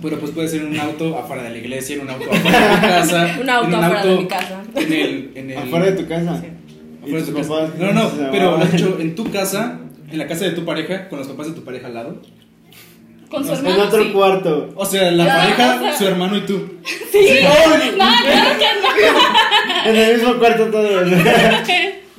D: Pero pues puede ser en un auto afuera de la iglesia, en un auto afuera de mi casa.
E: Un auto
D: en
E: afuera de mi casa.
D: En el... En el
B: ¿Afuera de tu casa? ¿Y
D: Eh, afuera de
B: tus
D: tu casa.
B: papás?
D: No, no,
B: Se
D: pero lo
B: llamaban.
D: has hecho en tu casa, en la casa de tu pareja, con los papás de tu pareja al lado.
C: Con su
B: En
C: hermano.
B: otro
C: sí.
B: cuarto.
D: O sea, la
C: Ya,
D: pareja,
C: o sea-
D: su hermano y tú.
C: Sí. No, claro que no.
B: En el mismo cuarto todos.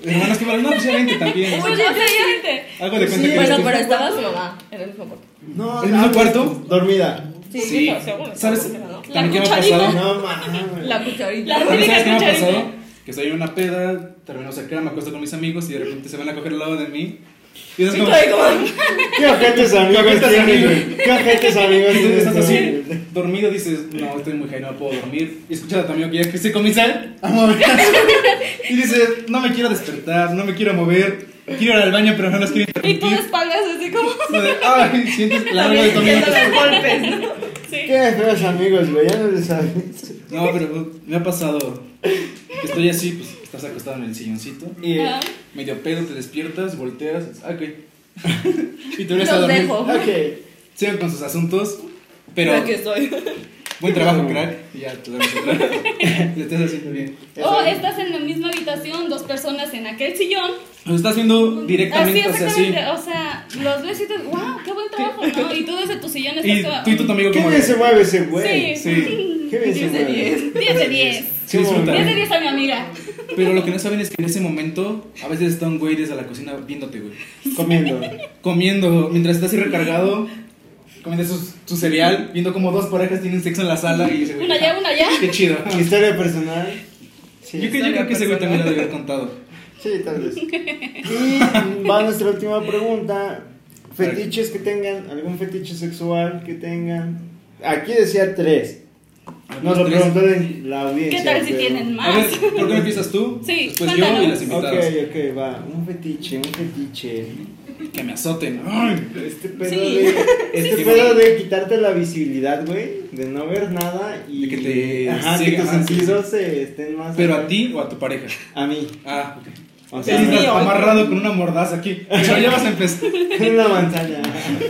D: Hermanos que van, no, pues ya vente también.
C: Oye, obviamente.
D: Algo de cuenta
B: Sí,
D: que eres
E: Bueno,
D: tú.
E: pero estaba su mamá en el mismo cuarto.
B: No,
D: ¿En
B: no,
D: un cuarto?
B: Dormida.
D: Sí.
E: seguro.
D: ¿Sabes?
E: ¿no?
D: También que me ha
C: cucharita.
D: pasado.
B: No mames.
E: La cucharita.
C: La-
D: ¿Sabes qué me ha
C: cucharita.
D: pasado? Que estoy en una peda, termino cerca, me acuesto con mis amigos y de repente se van a coger al lado de mí. Y es
E: Sí,
D: como,
E: como- como-
B: ¿Qué ojetes
D: ¿Qué
B: amigos
D: ojetes
B: tienes?
D: amigos?
B: güey? ¿Qué ojetes amigos
D: y tú
B: tienes?
D: estás así,
B: güey?
D: dormido, dices, no, estoy muy high, no puedo dormir. Y escuchas a tu amigo que ya que se comienza a mover. Y dices, no me quiero despertar, no me quiero mover, quiero ir al baño, pero no los quiero
C: Y tú de
D: interrumpir.
C: espaldas así como.
D: Como de, Ay, sientes la alma de tu amigo.
E: Sintiendo los golpes, ¿no?
C: Sí.
B: Qué feos amigos, güey. Ya no les sabes.
D: No, pero me ha pasado que estoy así, pues estás acostado en el silloncito.
B: Y
C: Ah.
D: Medio pedo, te despiertas, volteas, dices, ah, ok. y te vuelves a
E: Los
D: dormir.
C: Oh.
E: dejo.
B: Ok.
D: Sigan con sus asuntos, pero
E: Aquí estoy.
D: buen trabajo, crack. Y ya te duermes otra vez. Lo estás haciendo bien.
C: O Oh, estás en la misma habitación, dos personas en aquel sillón.
D: Lo estás viendo directamente
C: así,
D: hacia así.
C: Ah, exactamente. O sea, los ves y te wow, qué buen trabajo, ¿no? Y tú desde tu sillón
D: Y
C: estás
D: tú y tu amigo
B: ¿Qué
D: como
B: bien
D: de,
B: se mueve ese güey?
D: Sí.
B: ¿Qué bien se
E: 10 de
B: mueve?
E: 10.
C: 10 de 10.
D: Sí, disfruta.
C: 10 de 10 a mi amiga.
D: Pero lo que no saben es que en ese momento a veces está un güey desde la cocina viéndote, güey.
B: Comiendo.
D: Comiendo, mientras estás así recargado, comiendo su, su cereal, viendo como dos parejas tienen sexo en la sala y ese güey,
C: Una allá, una allá.
D: Qué chido.
B: ¿Historia personal? Sí.
D: Yo, que- yo creo que ese güey también lo debe haber contado.
B: Sí, tal vez. Y va nuestra última pregunta. Fetiches que tengan, algún fetiche sexual que tengan. Aquí decía tres. Nos lo
D: Tres.
B: preguntó la- la audiencia.
C: ¿Qué tal si
B: pero-
C: tienen
D: A ver,
C: más?
D: ¿por qué no empiezas tú?
C: Sí,
D: Después yo
C: cuéntanos.
D: y las
B: Ok,
D: invitadas.
B: ok, va. Un fetiche, un fetiche.
D: Que me azoten. Ay,
B: Este pedo,
E: Sí.
B: de, este
D: sí,
B: pedo
D: sí.
B: de quitarte la visibilidad, güey. De no ver nada y
D: De que te
B: Ajá, que
D: siga,
B: tus
D: ajá, sí,
B: sentidos eh, estén más.
D: Pero a ti o a tu pareja.
B: A mí.
D: Ah, ok.
B: O
D: Sí,
B: sea,
D: está
B: me-
D: amarrado con una mordaza aquí. Pero ya vas a empezar.
B: En la manzana.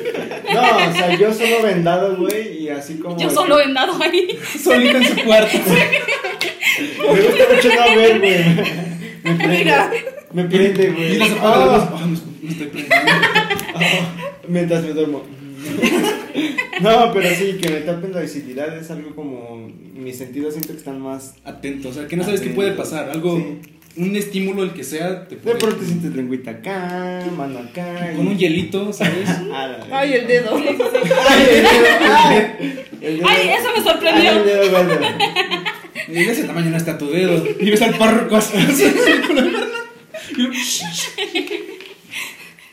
B: No, o sea, yo solo vendado, güey, y así como.
C: Yo solo vendado ahí.
D: Solito en su cuarto.
B: Me gusta mucho no ver, güey. Me
E: Mira.
B: prende. Me prende,
D: Y
B: güey.
D: las
B: Ah,
D: zapatas. me estoy prendiendo.
B: mientras me duermo. No, pero sí, que me tapen la visibilidad es algo como. Mis sentidos siento que están más.
D: Atento, o sea, que no sabes qué
B: Atento.
D: puede pasar. Algo,
B: Sí.
D: un estímulo, el que sea, te
B: De
D: puede.
B: pronto sientes lengüita acá, mano acá. y-
D: Con un hielito, ¿sabes?
B: Ah, la verga.
E: Ay, el dedo.
B: Ay, el dedo, ay, el dedo.
C: Ay, eso me
B: Ay, el
C: sorprendió.
B: dedo gordo.
D: Y de ese tamaño no está tu dedo. Y ves al párroco así, así, con la pierna. Y yo,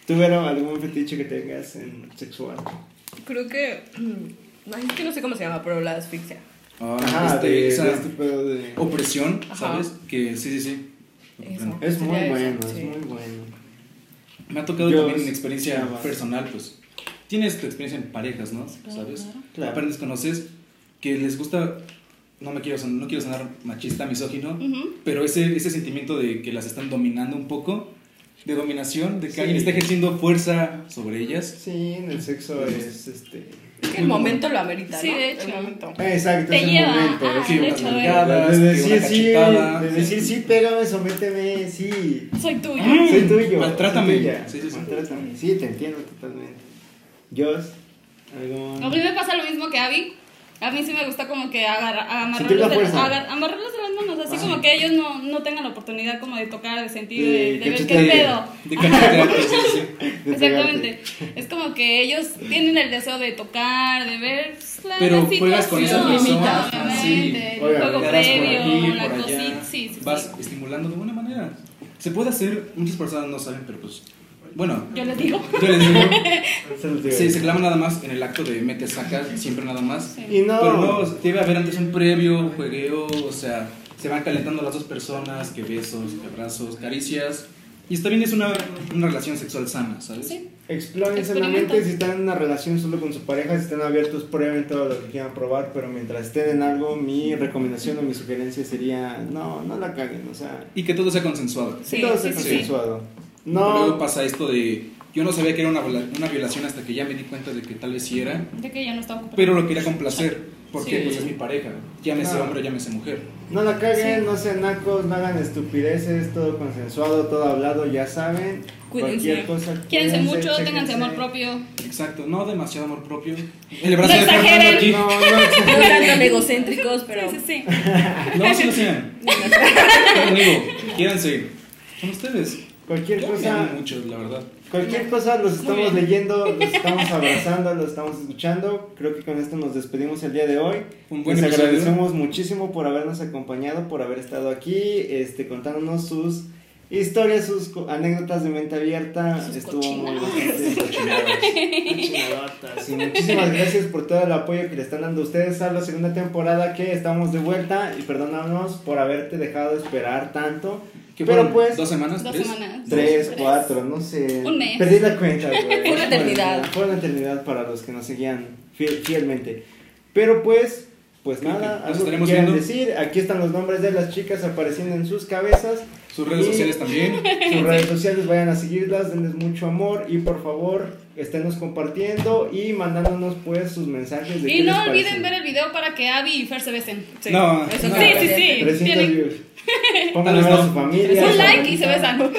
B: ¿Tú, Vero, algún fetiche que tengas en sexual?
E: Creo que. mm, Ay, es que no sé cómo se llama, pero la asfixia.
D: Ah,
B: Ajá,
D: este,
B: de-
D: esa
B: de este pedo de-
D: opresión,
E: Ajá.
D: ¿sabes? Que sí, sí, sí. lo
E: Eso.
D: comprendo.
B: Es muy
E: Sería
B: bueno,
E: eso,
B: es
E: sí.
B: muy bueno.
D: Me ha tocado
B: Yo
D: también
B: sí,
D: en experiencia
B: nada más.
D: personal, pues. Tienes tu experiencia en parejas, ¿no? ¿Sabes?
B: Claro.
D: Aprendes, conoces que les gusta. No me quiero sonar, no quiero sonar machista, misógino,
C: Ujú.
D: pero ese, ese sentimiento de que las están dominando un poco, de dominación, de que
B: Sí.
D: alguien está ejerciendo fuerza sobre ellas.
B: Sí, en el sexo es este.
E: Es que el
D: Muy
E: momento lo amerita,
C: Sí,
E: ¿no?
C: de hecho.
E: El momento.
B: Exacto,
C: Te
B: es
C: lleva,
B: un momento.
C: ah,
B: es
D: Sí,
C: de
B: un-
D: unas
C: hecho, eh.
D: nalgadas,
B: de
D: que
B: decir
D: una
B: sí,
D: cachetada.
B: de decir sí, pégame, sométeme, sí.
C: Soy tuyo.
B: Soy tuyo.
D: Mm, Maltrátame.
B: soy tuya,
D: Sí, sí, sí.
B: Maltrátame. Sí, te entiendo totalmente. Joss, algo.
C: A mí me pasa lo mismo que a Abby. A mí sí me gusta como que agarra-
B: Sentir la
C: amarrarlos, de,
B: fuerza.
C: agar- amarrarlos de las manos, así
B: Ah.
C: como que ellos no, no tengan la oportunidad como de tocar, de sentir,
B: De
C: de, de ver qué
B: cachetear.
D: De
C: pedo.
D: cachetearte, sí, sí.
B: De
C: Exactamente. Es como que ellos tienen el deseo de tocar, de ver pues, la
D: Pero
C: la
D: juegas con esa
C: situación,
D: persona,
C: obviamente,
D: sí,
C: el
B: obviamente.
C: juego
D: Le das
C: previo,
D: por
C: la
D: aquí, por allá.
C: cosita, sí, sí,
D: Vas
C: sí.
D: estimulando de buena manera. Se puede hacer, muchas personas no saben, pero pues. Bueno,
C: Yo les digo.
D: yo les digo,
B: Eso es lo que iba a
D: se, se
B: decir.
D: clava nada más en el acto de mete, sacas, siempre nada más.
B: Y no.
D: Pero no, debe haber antes un previo, juegueo, o sea, se van calentando las dos personas, que besos, que abrazos, caricias. Y está bien, es una, una relación sexual sana, ¿sabes?
C: Sí.
B: Exploren
C: Experimenta.
B: solamente si están en una relación solo con su pareja, si están abiertos, prueben todo lo que quieran probar, pero mientras estén en algo, mi recomendación o mi sugerencia sería, no, no la caguen, o sea,
D: Y que todo sea consensuado.
C: Sí,
B: todo
C: sí,
B: sea
C: sí, sí.
B: consensuado.
D: Luego
B: No,
D: pasa esto de, yo no sabía que era una, viola- una violación hasta que ya me di cuenta de que tal vez sí era,
C: De que ya no está ocupada.
D: pero lo quería complacer, porque
C: Sí.
D: pues es mi pareja, llámese
B: Claro.
D: hombre, llámese mujer.
B: no la caguen,
C: Sí.
B: no sean nacos, no hagan estupideces, todo consensuado, todo hablado, ya saben.
E: Cuídense.
B: Cualquier cosa.
C: Quiérense mucho,
B: chéquense.
C: ténganse amor propio.
D: Exacto, no demasiado amor propio. El brazo de Fernando
C: exageren.
D: aquí.
B: No, no,
E: No eran tan egocéntricos, pero.
C: Sí, sí, sí.
D: No, sí lo sean. Yo digo, quédense. Son ustedes.
B: cualquier
D: Yo me amo
B: cosa.
D: mucho, la verdad.
B: Cualquier cosa los estamos
C: bien.
B: leyendo, los estamos abrazando, los estamos escuchando. Creo que con esto nos despedimos el día de hoy.
D: Un buen
B: Les
D: episodio.
B: agradecemos muchísimo por habernos acompañado, por haber estado aquí, este, contándonos sus historias, sus co- anécdotas de mente abierta.
C: Sus
B: Estuvo muy
C: cochinadas.
B: bastante cochinadas. Cochinadotas. Y muchísimas gracias por todo el apoyo que le están dando ustedes a la segunda temporada que estamos de vuelta y perdónanos por haberte dejado esperar tanto.
D: ¿Qué
B: Pero
D: fueron?
B: pues
D: ¿Dos semanas?
C: Dos
D: ¿Tres?
C: semanas.
B: Tres, cuatro, no sé.
C: Un mes.
B: Perdí la cuenta, güey.
E: Fue una eternidad.
B: Fue una eternidad para los que nos seguían fiel- fielmente. Pero pues, pues nada,
D: Nos
B: algo que
D: estaremos
B: quieran
D: viendo.
B: decir. Aquí están los nombres de las chicas apareciendo en sus cabezas.
D: Sus
B: Y
D: redes sociales también.
B: Sus redes sociales, vayan a seguirlas, denles mucho amor y por favor, esténos compartiendo y mandándonos pues sus mensajes de
C: Y
B: qué les
C: no olviden
B: parecen.
C: ver el video para que Abby y Fer se besen.
E: Sí.
D: No,
E: Eso
D: no.
E: sí,
C: Sí, sí, sí.
B: 300
C: Tienen
B: views. Pónganle a
D: Tal vez
B: ver a su
D: no.
B: familia. a
C: un
B: su
C: like y se
B: abuelita.
C: besan.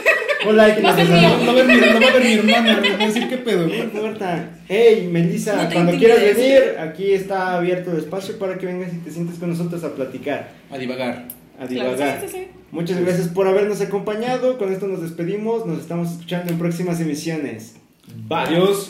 B: Un like y
C: Va a
B: se
C: ser
B: besan.
C: mío.
D: No va a ver mi, no va a ver mi hermana, me va a decir qué pedo.
B: No importa. Hey, Melissa,
E: No te
B: cuando quieras
E: intimides.
B: venir, aquí está abierto el espacio para que vengas y te sientes con nosotros a platicar,
D: A divagar.
B: a
C: Claro,
B: divagar.
C: sí, sí, sí.
B: Muchas gracias por habernos acompañado. Con esto nos despedimos. Nos estamos escuchando en próximas emisiones. Bye.
D: Adiós.